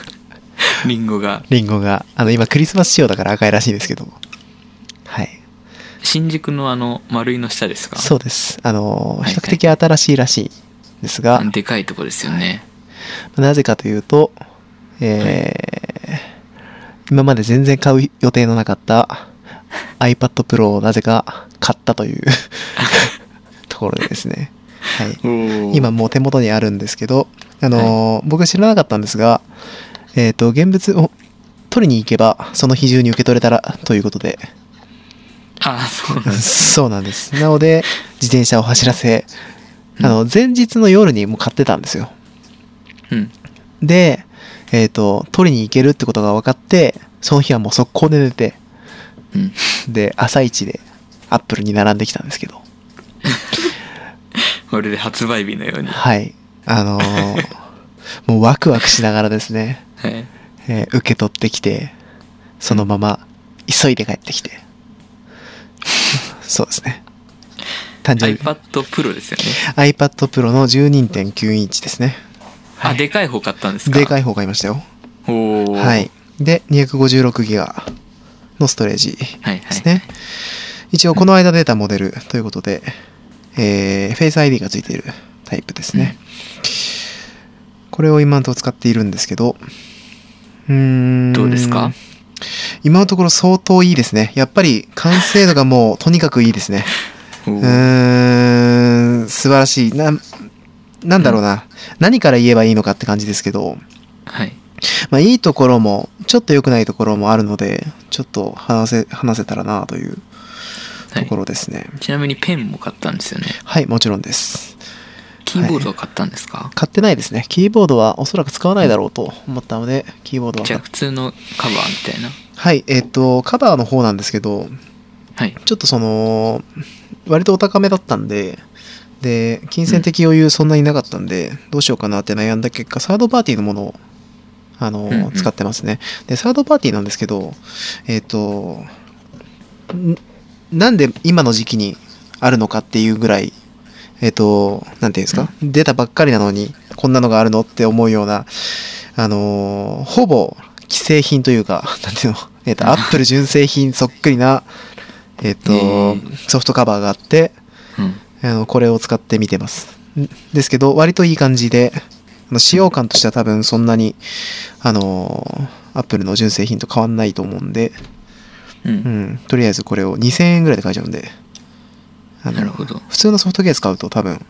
B: リンゴが
A: リンゴがあの今クリスマス仕様だから赤いらしいですけどはい
B: 新宿のあの丸いの下ですか
A: そうですあの
B: はい
A: 比較的新しいらしいですが、
B: でかいとこですよね、
A: なぜかというと、えー今まで全然買う予定のなかった iPad Pro をなぜか買ったというところでですね、はい、
B: おお
A: 今もう手元にあるんですけど、あのー僕知らなかったんですが、えっ、と、現物を取りに行けば、その比重に受け取れたらということで、
B: あそうなんです
A: そうなんです。なので、自転車を走らせ、あの、前日の夜にもう買ってたんですよ。
B: うん
A: で、えっ、と、取りに行けるってことが分かって、その日はもう速攻で寝て、
B: うん
A: で、朝一でアップルに並んできたんですけど、
B: まるで発売日のようには
A: はい。あのー もうワクワクしながらですね、
B: い
A: えー受け取ってきて、そのまま急いで帰ってきて、 そうですね。誕生日
B: iPad Pro ですよね、
A: iPad Pro の12.9インチですね。
B: あでかい方買ったんですか
A: でか
B: い
A: い方買いましたよ。
B: おお、
A: はい。で、256ギガのストレージ。
B: はいはい
A: ですね。一応この間出たモデルということで、えー、Face ID がついているタイプですね。これを今のところ使っているんですけど、うーん。
B: どうですか
A: 今のところ相当いいですね。やっぱり完成度がもうとにかくいいですね。
B: お
A: う
B: ー
A: ーん、素晴らしい。な、なんだろうな。何から言えばいいのかって感じですけど、
B: はい
A: まあいいところも、ちょっと良くないところもあるので、ちょっと話せ、話せたらなという
B: は
A: とこ
B: い
A: ろですね。
B: ちなみにペンも買ったんですよね
A: はい、もちろんです。
B: キーボードを買ったんですか、
A: 買ってないですね。キーボードはおそらく使わないだろうと思ったので、キーボードは
B: じ
A: 買
B: ゃあ
A: っ
B: 普通のカバーみたいな
A: はい、えっ、と、カバーの方なんですけど、
B: はい
A: ちょっとその、割とお高めだったんで、で、金銭的余裕そんなになかったんで、どうしようかなって悩んだ結果、サードパーティーのものを、あの、
B: うんうん
A: 使ってますね。で、サードパーティーなんですけど、えっ、と、んなんで今の時期にあるのかっていうぐらい、えっ、と、なんていうんですか、出たばっかりなのに、こんなのがあるのって思うような、あのーほぼ既製品というか、 なんていうの、えっ、 と、アップル純正品そっくりな、えっ、と、
B: え
A: ソフトカバーがあって、
B: うん
A: あの、これを使ってみてます。んですけど、割といい感じで、あの使用感としては多分そんなに、あのー、アップルの純正品と変わんないと思うんで、
B: う、
A: うんん、とりあえずこれを2000円ぐらいで買えちゃうんで、あの
B: なるほど
A: 普通のソフトケース買うと多分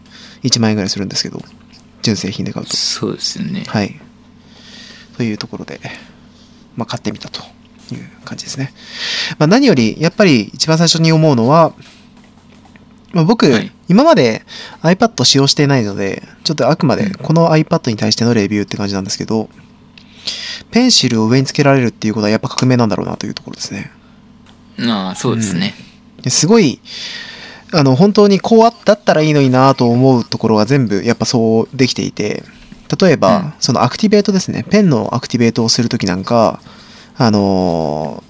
A: 1万円ぐらいするんですけど、純正品で買うと。
B: そうですよね
A: はい。というところで、まあ、買ってみたという感じですね。まあ、何より、やっぱり一番最初に思うのは、まあ、僕、
B: はい
A: 今まで iPad 使用していないので、ちょっとあくまでこの iPad に対してのレビューって感じなんですけど、ペンシルを上につけられるっていうことはやっぱ革命なんだろうなというところですね。
B: ああそうですね、
A: ですごい、あの、本当にこうあだったらいいのになと思うところが全部やっぱそうできていて、例えば、
B: うん
A: そのアクティベートですねペンのアクティベートをする時なんかあのー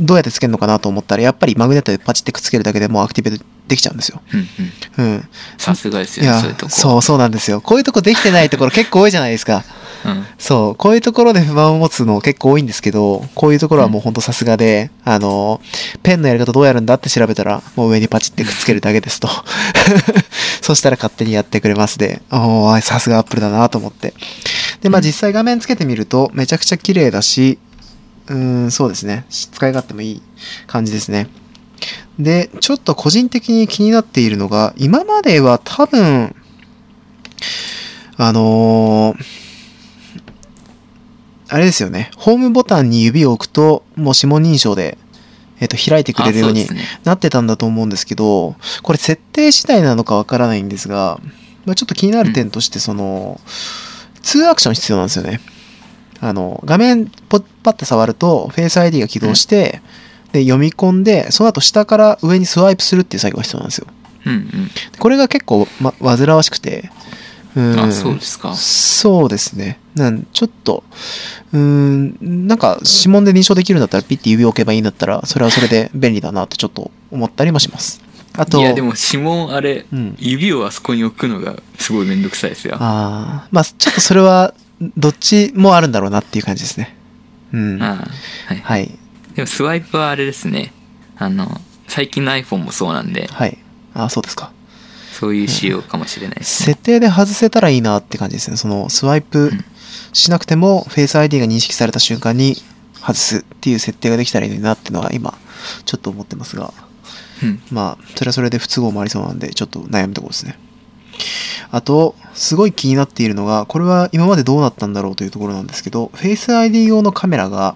A: どうやってつけるのかなと思ったらやっぱりマグネットでパチってくっつけるだけでもうアクティベートできちゃうんですよ。
B: うんうん
A: うん、
B: さすがです
A: い
B: よね
A: や
B: そういうとこ
A: そうそうなんですよこういうとこできてないところ結構多いじゃないですか。
B: うん
A: そう、こういうところで不満を持つの結構多いんですけど、こういうところはもうほんとさすがで、あの、ペンのやり方どうやるんだって調べたら、もう上にパチってくっつけるだけですと。 そしたら勝手にやってくれますで、おー、さすがアップルだなと思って。で、まあ
B: うん
A: 実際画面つけてみると、めちゃくちゃ綺麗だし、うーん、そうですね。使い勝手もいい感じですね。で、ちょっと個人的に気になっているのが、今までは多分、あのーあれですよね。ホームボタンに指を置くと、もう指紋認証で、えっと、開いてくれるよう
B: あ
A: に
B: そうですね
A: なってたんだと思うんですけど、これ設定次第なのかわからないんですが、まあ、ちょっと気になる点として、その、2アクション必要なんですよね。あの、画面ポッパッて触ると、フェイス ID が起動して、で、読み込んで、その後下から上にスワイプするっていう作業が必要なんですよ。
B: うんうん
A: これが結構、ま、煩わしくて、うん。
B: あそうですか
A: そうですね。なんちょっと、うーん、なんか指紋で認証できるんだったら、ピッて指を置けばいいんだったら、それはそれで便利だなってちょっと思ったりもします。あと、
B: いやでも指紋あれ、
A: うん
B: 指をあそこに置くのがすごいめんどくさいですよ
A: あーまあ、ちょっとそれは、どっちもあるんだろうなっていう感じですね。うん。
B: ああはい、
A: はい。
B: でもスワイプはあれですねあの最近の iPhone もそうなんで
A: はい。あーそうですか。
B: そういう仕様かもしれないですね
A: 設定で外せたらいいなって感じですね。その、スワイプ
B: うん
A: しなくても、フェイス ID が認識された瞬間に外すっていう設定ができたらいいなっていうのは今、ちょっと思ってますが。
B: うん
A: まあ、それはそれで不都合もありそうなんで、ちょっと悩むところですね。あと、すごい気になっているのが、これは今までどうなったんだろうというところなんですけど、Face ID 用のカメラが、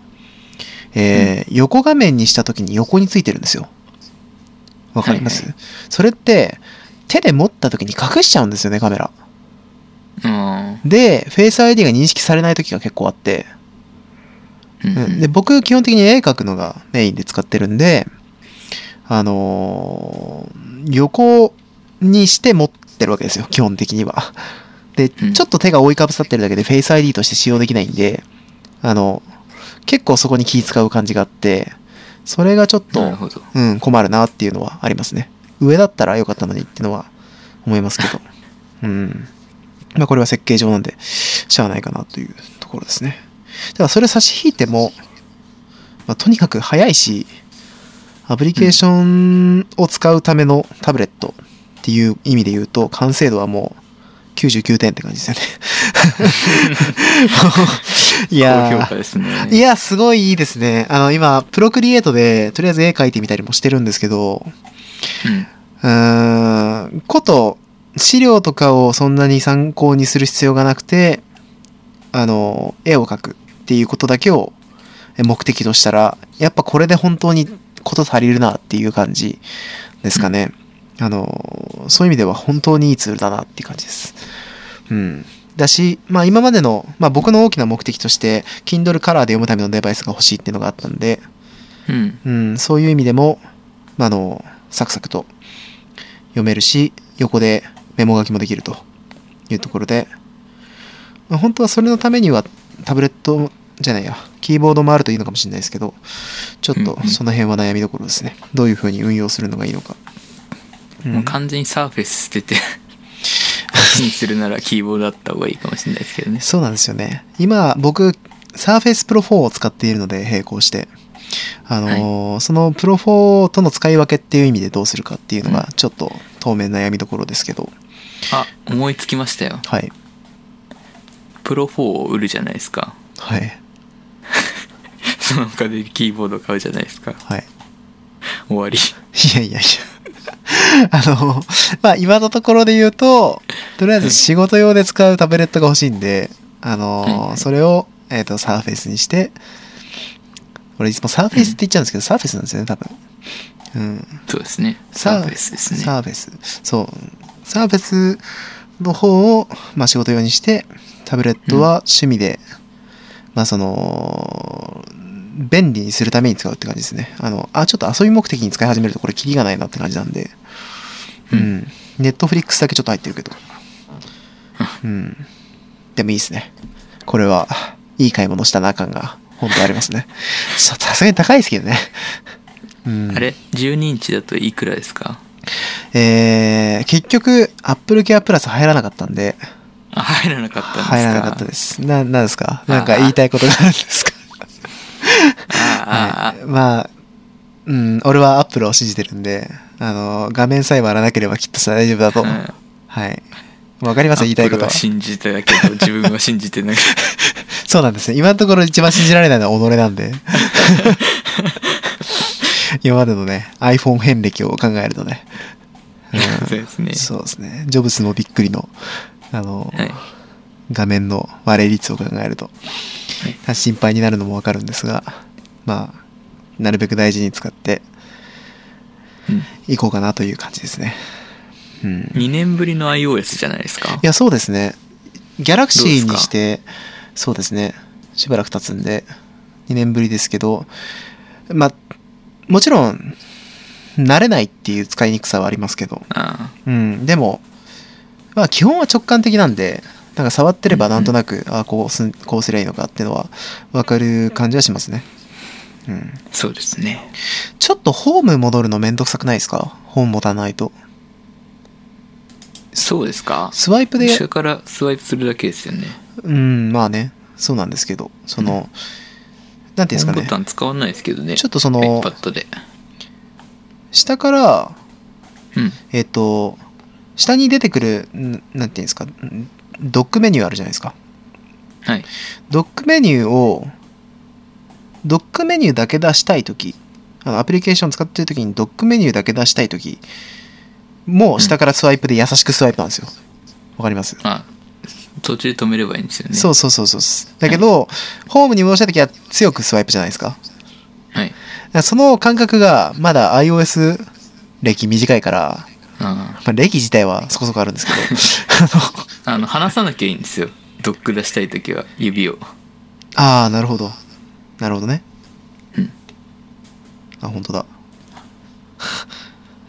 A: えー横画面にした時に横についてるんですよ。わかります、
B: はい
A: それって、手で持った時に隠しちゃうんですよね、カメラ。
B: あ
A: で、Face ID が認識されない時が結構あって、
B: ーうんう
A: うん
B: ん
A: で僕基本的に絵描くのがメインで使ってるんであのー横にして持ってるわけですよ基本的にはで
B: うん
A: ちょっと手が覆いかぶさってるだけで Face ID として使用できないんであの結構そこに気使う感じがあってそれがちょっ
B: なる
A: と、
B: ほど
A: うん、困るなっていうのはありますね上だったら良かったのにっていうのは思いますけどうんまあこれは設計上なんでしゃあないかなというところですねだからそれ差し引いても、まあ、とにかく早いしアプリケーションを使うためのタブレットっていう意味で言うと完成度はもう99点って感じですよね いや
B: 高評
A: ー
B: 価ですね
A: いや、すごいいいですね。あの、今、プロクリエイトで、とりあえず絵描いてみたりもしてるんですけど、
B: うん
A: うーん、こと、資料とかをそんなに参考にする必要がなくて、あの、絵を描くっていうことだけをえ目的としたら、やっぱこれで本当にこと足りるなっていう感じですかね。あの、そういう意味では本当にいいツールだなっていう感じです。うん。だし、まあ今までの、まあ僕の大きな目的として、Kindle Color で読むためのデバイスが欲しいっていうのがあったんで、
B: うん
A: うん、そういう意味でも、まあ、あの、サクサクと読めるし、横でメモ書きもできるというところで、まあ、本当はそれのためにはタブレットじゃないや、キーボードもあるといいのかもしれないですけど、ちょっ
B: うん
A: と
B: うん
A: その辺は悩みどころですね。どういうふうに運用するのがいいのか。うん
B: もう完全にサーフェス捨 ててこっちにするならキーボードあった方がいいかもしれないですけどね
A: そうなんですよね。今、僕、Surface Pro 4を使っているので、並行して。あのーそのプロ4との使い分けっていう意味でどうするかっていうのが、ちょっと当面悩みどころですけど。
B: あ思いつきましたよ
A: はい。
B: プロ4を売るじゃないです か
A: はい。
B: その他でキーボード買うじゃないですか
A: はい。
B: 終わり
A: いやいや いや。あの、まあ、今のところで言うと、とりあえず仕事用で使うタブレットが欲しいんで、あ
B: はいは
A: の、
B: い
A: それを、えっ、と、サーフェイスにして、俺いつもサーフェイスって言っちゃうんですけど、サーフェイスなんですよね、多分。うん。
B: そうですねサーフェスですね
A: サーフェス。そう。サーフェスの方を、まあ、仕事用にして、タブレットは趣味で、まあ、その、便利にするために使うって感じですね。あの、あ、ちょっと遊び目的に使い始めるとこれ、キリがないなって感じなんで、う
B: うん
A: ん。ネットフリックスだけちょっと入ってるけど。うん。でもいいですね。これは、いい買い物したな感が、本当あり ますね。ちょっとさすがに高いですけどね。うん
B: あれ12インチだといくらですか
A: えー、結局、Apple Care Plus 入らなかったんで、
B: あ入らなかったんですか
A: 入らなかったです。な、なんですか
B: あ
A: なんか言いたいことがあるんですか
B: あーあー、あ
A: はいま あ、うん、俺は Apple を信じてるんで、あの、画面さえ割らなければきっと大丈夫だと。
B: ーうん
A: はい。わかります言いたいこと
B: アップルは
A: は。
B: 信じてたけど自分は信じてなくて
A: そうなんですね。今のところ一番信じられないのは己なん で。今までのね、iPhone 遍歴を考えるとね。ん
B: そうですね
A: そうですね。ジョブズのびっくりの、あの、
B: はい
A: 画面の割れ率を考えると、心配になるのもわかるんですが、まあ、なるべく大事に使って
B: うん
A: いこうかなという感じですね。うん。
B: 2年ぶりの iOS じゃないですか
A: いや、そうですね。ギャラクシー
B: どう
A: に
B: です
A: し
B: か
A: て、そうですね。しばらく経つんで、2年ぶりですけど、まあ、もちろん、慣れないっていう使いにくさはありますけど、
B: あ
A: うん、でも、まあ、基本は直感的なんで、なんか触ってれば
B: うん
A: な
B: うん
A: んとなく、ああ、こうすん、こうすりゃいいのかっていうのは、わかる感じはしますね。うん。
B: ーそうですね
A: ちょっとホーム戻るのめんどくさくないですかホーム持たないと。
B: そうですか
A: スワイプで
B: 下からスワイプするだけですよね
A: うん、まあね、そうなんですけど、その、なんていうんですか
B: ホーム
A: ね
B: ボ、タン使わないですけどね
A: ちょっとそ
B: iPad
A: の、
B: で
A: 下から、
B: うん
A: えっ、と、下に出てくる、んなんていうんですか、んドックメニューあるじゃないですか。
B: はい
A: ドックメニューを、ドックメニューだけ出したいとき、あのアプリケーション使ってるときにドックメニューだけ出したいとき、もう下からスワイプで優しくスワイプなんですよ。わかります
B: あ途中で止めればいいんですよね
A: そうそうそうそう。だけど、ホームに戻したときは強くスワイプじゃないですか。
B: はい
A: だからその感覚がまだ iOS 歴短いから、
B: あ
A: まあ、歴自体はそこそこあるんですけどあの
B: ーあの離さなきゃいいんですよドック出したい時は指を
A: ああなるほどなるほどね
B: うん
A: あ本当だ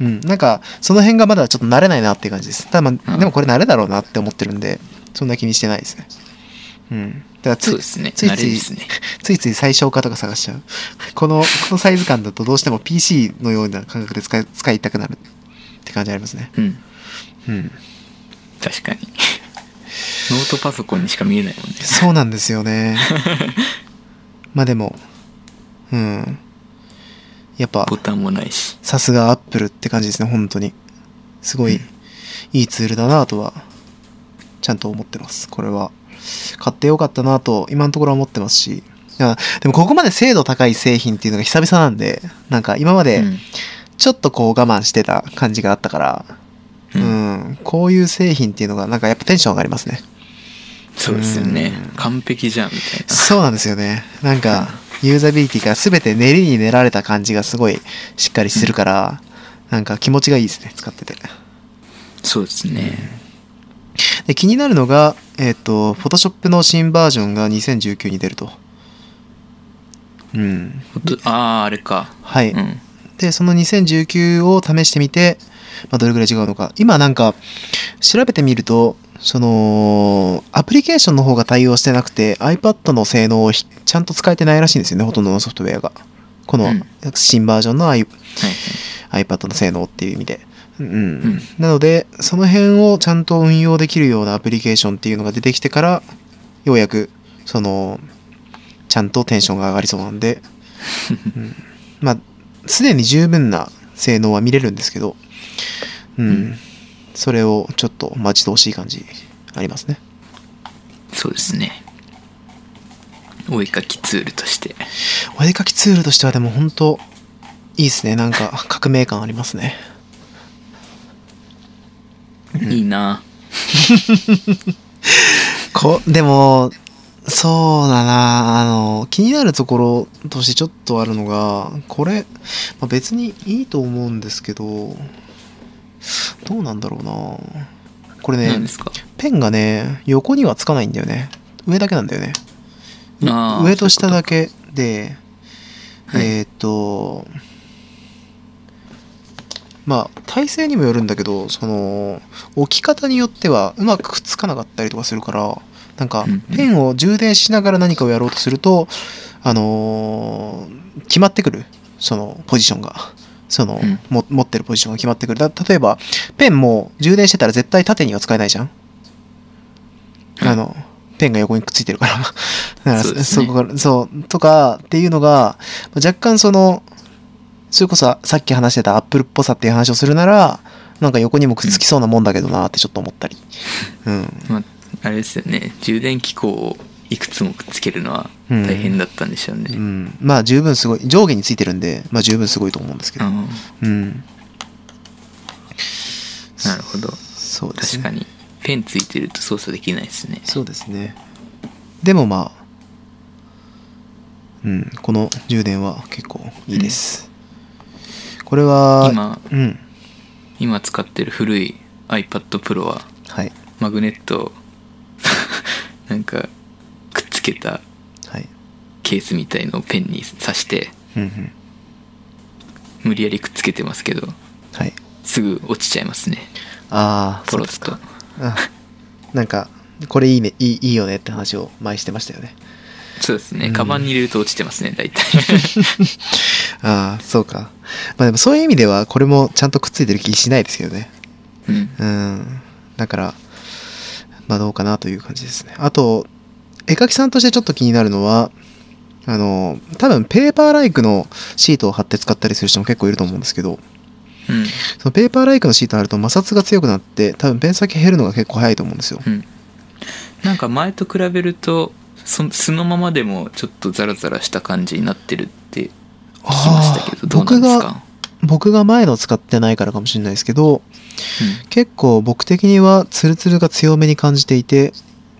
A: うんなんかその辺がまだちょっと慣れないなっていう感じですただまあ
B: うん
A: でもこれ慣れだろうなって思ってるんでそんな気にしてないですねうんだからつ
B: そうですね
A: つい
B: 慣
A: つ
B: れで
A: い
B: すね
A: ついつい最小化とか探しちゃうこのこのサイズ感だとどうしても PC のような感覚で使い使いたくなるって感じありますね
B: うん
A: うん
B: 確かにノートパソコンにしか見えないもんね
A: そうなんですよ ね。まあでも、うん。やっぱ
B: ボ、タンもないし
A: さすがアップルって感じですね、本当に。すごい、
B: うん
A: いいツールだなとは、ちゃんと思ってます。これは。買ってよかったなと、今のところは思ってますし。いやでもここまで精度高い製品っていうのが久々なんで、なんか今ま
B: う
A: で
B: ん
A: ちょっとこう我慢してた感じがあったから、
B: う
A: うんん、こういう製品っていうのがなんかやっぱテンション上がりますね。
B: そうですよね
A: うん
B: 完璧じゃんみたいな
A: そうなんですよね。なんか、ユーザビリティが全て練りに練られた感じがすごいしっかりしてるから、なんか気持ちがいいですね、使ってて。
B: そうですね
A: で、気になるのが、えっ、と、Photoshop の新バージョンが2019に出ると。うん。
B: ほんとあああれか
A: はい。
B: うん
A: で、その2019を試してみて、まあ、どれぐらい違うのか。今なんか、調べてみると、その、アプリケーションの方が対応してなくて、iPad の性能をひちゃんと使えてないらしいんですよね、ほとんどのソフトウェアが。この
B: うん
A: 新バージョンの i-
B: はい
A: iPad の性能っていう意味で。うん
B: ん
A: なので、その辺をちゃんと運用できるようなアプリケーションっていうのが出てきてから、ようやく、その、ちゃんとテンションが上がりそうなんで、うんまあ、すでに十分な性能は見れるんですけど、うん、
B: うん
A: それをちょっと待ち遠しい感じありますね。
B: そうですねお絵かきツールとして
A: お絵かきツールとしてはでも本当いいですね。なんか革命感ありますね。
B: いいな
A: こでもそうだなあの気になるところとしてちょっとあるのがこれ、まあ、別にいいと思うんですけどどうなんだろうなこれ
B: 何
A: ね
B: ですか
A: ペンがね横にはつかないんだよね上だけなんだよねう
B: あー
A: 上と下だけで
B: はい
A: えーっとまあ体勢にもよるんだけどその置き方によってはうまくくっつかなかったりとかするからなんか
B: うんうん
A: ペンを充電しながら何かをやろうとすると、あのー決まってくるそのポジションがその、
B: うん
A: も持ってるポジションが決まってくるだ例えばペンも充電してたら絶対縦には使えないじゃん、
B: うん
A: あのペンが横にくっついてるから だから
B: そうです
A: そ
B: ね
A: こからそうとかっていうのが若干そのそれこそさっき話してたアップルっぽさっていう話をするならなんか横にもくっつきそうなもんだけどなってちょっと思った りうん
B: まあ、あれですよね充電機構をいくつもくっつけるのは
A: うん
B: 大変だったんでしょうね、
A: うん、まあ十分すごい上下についてるんで、まあ、十分すごいと思うんですけど、
B: あ
A: うん、
B: あなるほど
A: そうです
B: 確
A: ね
B: かにペンついてると操作できないですね
A: そうですねでもまあうんこの充電は結構いいです、これは
B: 今
A: うん
B: 今使ってる古い iPad Pro は
A: はい
B: マグネットを なんかくっつけた
A: はい
B: ケースみたいのをペンに挿して
A: うんうん
B: 無理やりくっつけてますけど
A: はい
B: すぐ落ちちゃいますね
A: ああ
B: ポロ
A: そう
B: ッと
A: あなんかこれいいねいいいいよねって話を前にしてましたよね
B: そうですね、
A: うん
B: カバンに入れると落ちてますね 大体
A: ああそうかまあでもそういう意味ではこれもちゃんとくっついてる気しないですけどね
B: うん
A: うん。だから、まあどうかなという感じですね。あと、絵描きさんとしてちょっと気になるのは、あの、多分ペーパーライクのシートを貼って使ったりする人も結構いると思うんですけど、
B: うん
A: そのペーパーライクのシート貼ると摩擦が強くなって、多分ペン先減るのが結構早いと思うんですよ。
B: うんなんか前と比べるとそ素のままでもちょっとザラザラした感じになってるって聞きましたけどどうな
A: 僕
B: んです
A: が、
B: か
A: 僕が前の使ってないからかもしれないですけど、結構僕的にはツルツルが強めに感じていて、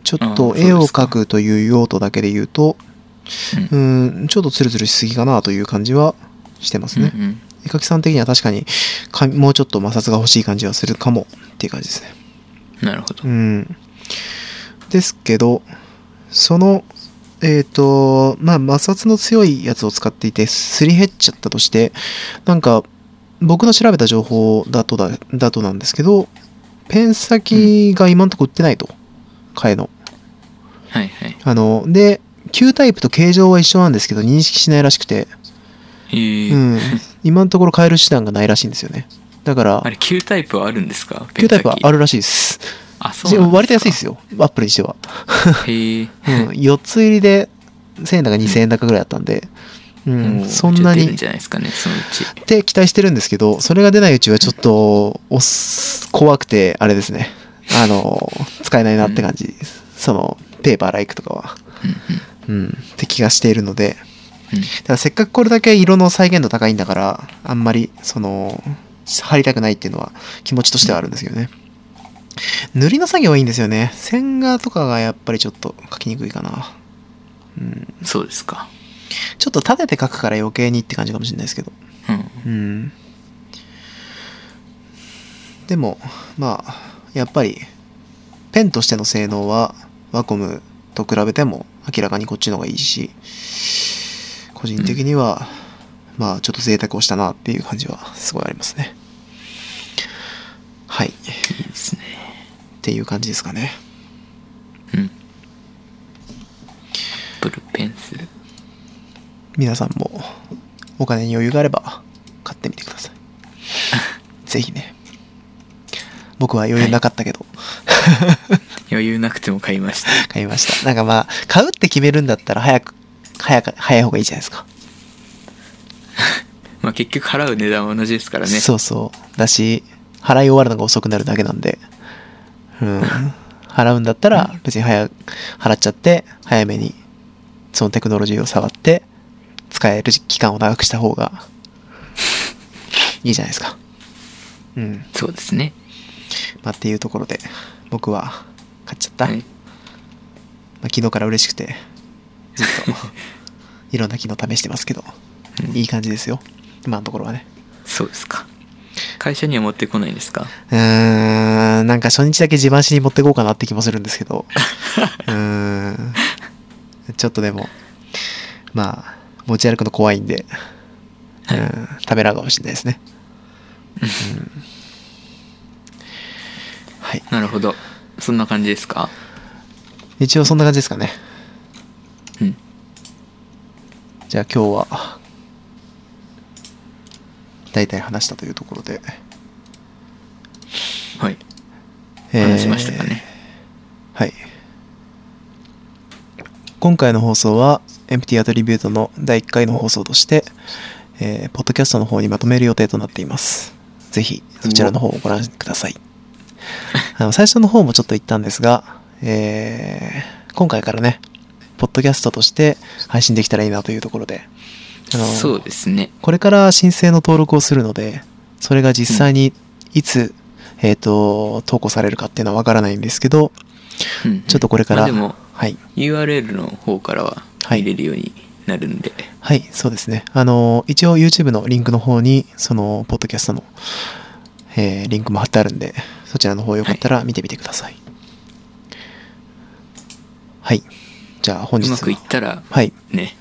A: ちょっと絵
B: あーそう
A: を
B: ですか
A: 描くという用途だけで言うと、
B: うん
A: うーん、ちょっとツルツルしすぎかなという感じはしてます
B: うん
A: ね。
B: うん
A: 絵描きさん的には確かにかもうちょっと摩擦が欲しい感じはするかもっていう感じですね。
B: なるほど
A: うん。ですけど、その、えっ、と、まあ摩擦の強いやつを使っていて、すり減っちゃったとして、なんか、僕の調べた情報だとだ、だとなんですけど、ペン先が今んとこ売ってないと。替えの。
B: はいはい
A: あの、で、旧タイプと形状は一緒なんですけど、認識しないらしくて、
B: えー
A: うん、今のところ変える手段がないらしいんですよね。だから
B: あ、れ旧タイプはあるんですか
A: 旧タイプは
B: ペン先
A: あるらしいです。
B: あそうなんですか
A: 割と安いですよ、アップルにしては。
B: へえ
A: うん、4つ 入りで1000円だか2000円だかぐらいだったんで、うん、
B: もう
A: そんな
B: 出る
A: に
B: んじゃないですかねそのうち
A: って期待してるんですけど、それが出ないうちはちょっと、おっす怖くて、あれですね。あの、使えないなって感じです。その、ペーパーライクとかは。
B: うんうん
A: うん、って気がしているので、
B: うん
A: だからせっかくこれだけ色の再現度高いんだからあんまりその貼りたくないっていうのは気持ちとしてはあるんですけどね塗りの作業はいいんですよね線画とかがやっぱりちょっと描きにくいかなうん
B: そうですか
A: ちょっと立てて描くから余計にって感じかもしれないですけど
B: うん
A: うんでもまあやっぱりペンとしての性能はワコムと比べても明らかにこっちの方がいいし個人的には、まあちょっと贅沢をしたなっていう感じはすごいありますねはいっ
B: いいですね
A: ていう感じですかね
B: うんブルペンス
A: 皆さんもお金に余裕があれば買ってみてくださ いぜひね僕は余裕なかったけど、
B: 余裕なくても買いました
A: 買いました。なんかまあ、買うって決めるんだったら早く、早く、早い方がいいじゃないですか。
B: まあ結局払う値段は同じですからね
A: そうそう。だし、払い終わるのが遅くなるだけなんで。うん。 払うんだったら、別に早く、払っちゃって、早めに、そのテクノロジーを触って、使える期間を長くした方が、いいじゃないですか。うん。
B: そうですね
A: まあ、っていうところで、僕は、買っちゃった。
B: はい
A: まあ、昨日から嬉しくてずっと いろんな機能試してますけど、
B: うん
A: いい感じですよ今のところはね
B: そうですか会社には持ってこないんですか
A: うーんなんか初日だけ自慢しに持ってこうかなって気もするんですけ どうーんちょっとでもまあ持ち歩くの怖いんでう
B: はい
A: んためらうかもしれない ですね、うんはい
B: なるほどそんな感じですか
A: い一応そんな感じですかね
B: うん
A: じゃあ今日は大体話したというところで、
B: はい
A: えー
B: 話しましたかね、
A: はい今回の放送はエンプティアトリビュートの第1回の放送として、えーポッドキャストの方にまとめる予定となっていますぜひそちらの方をご覧くださ いあの最初の方もちょっと言ったんですが、えー今回からねポッドキャストとして配信できたらいいなというところであの
B: そうですね
A: これから申請の登録をするので、それが実際にいつ、えっ、と、投稿されるかっていうのはわからないんですけど、
B: うんうん
A: ちょっとこれから、
B: まあ、でも
A: はい、
B: URL の方からは
A: はい
B: 入れるようになるんで、
A: はい、そうですね。あの、一応 YouTube のリンクの方に、その、ポッドキャストの、えーリンクも貼ってあるんで、そちらの方よかったら見てみてください。はい。じゃあ本日
B: う
A: は
B: まくいったら
A: はい。
B: ね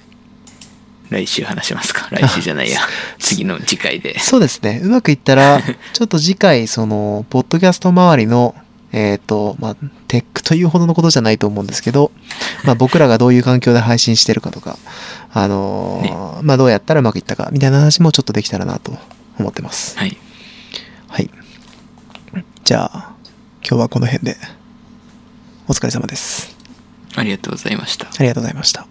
B: 来週話しますか来週じゃない や次の次回で
A: そうですね。うまくいったら、ちょっと次回、その、ポッドキャスト周りの、えっ、と、まあ、テックというほどのことじゃないと思うんですけど、まあ、僕らがどういう環境で配信してるかとか、あのーまあ、どうやったらうまくいったか、みたいな話もちょっとできたらなと思ってます。
B: はい
A: はい。じゃあ、今日はこの辺で、お疲れ様です。
B: ありがとうございました
A: ありがとうございました。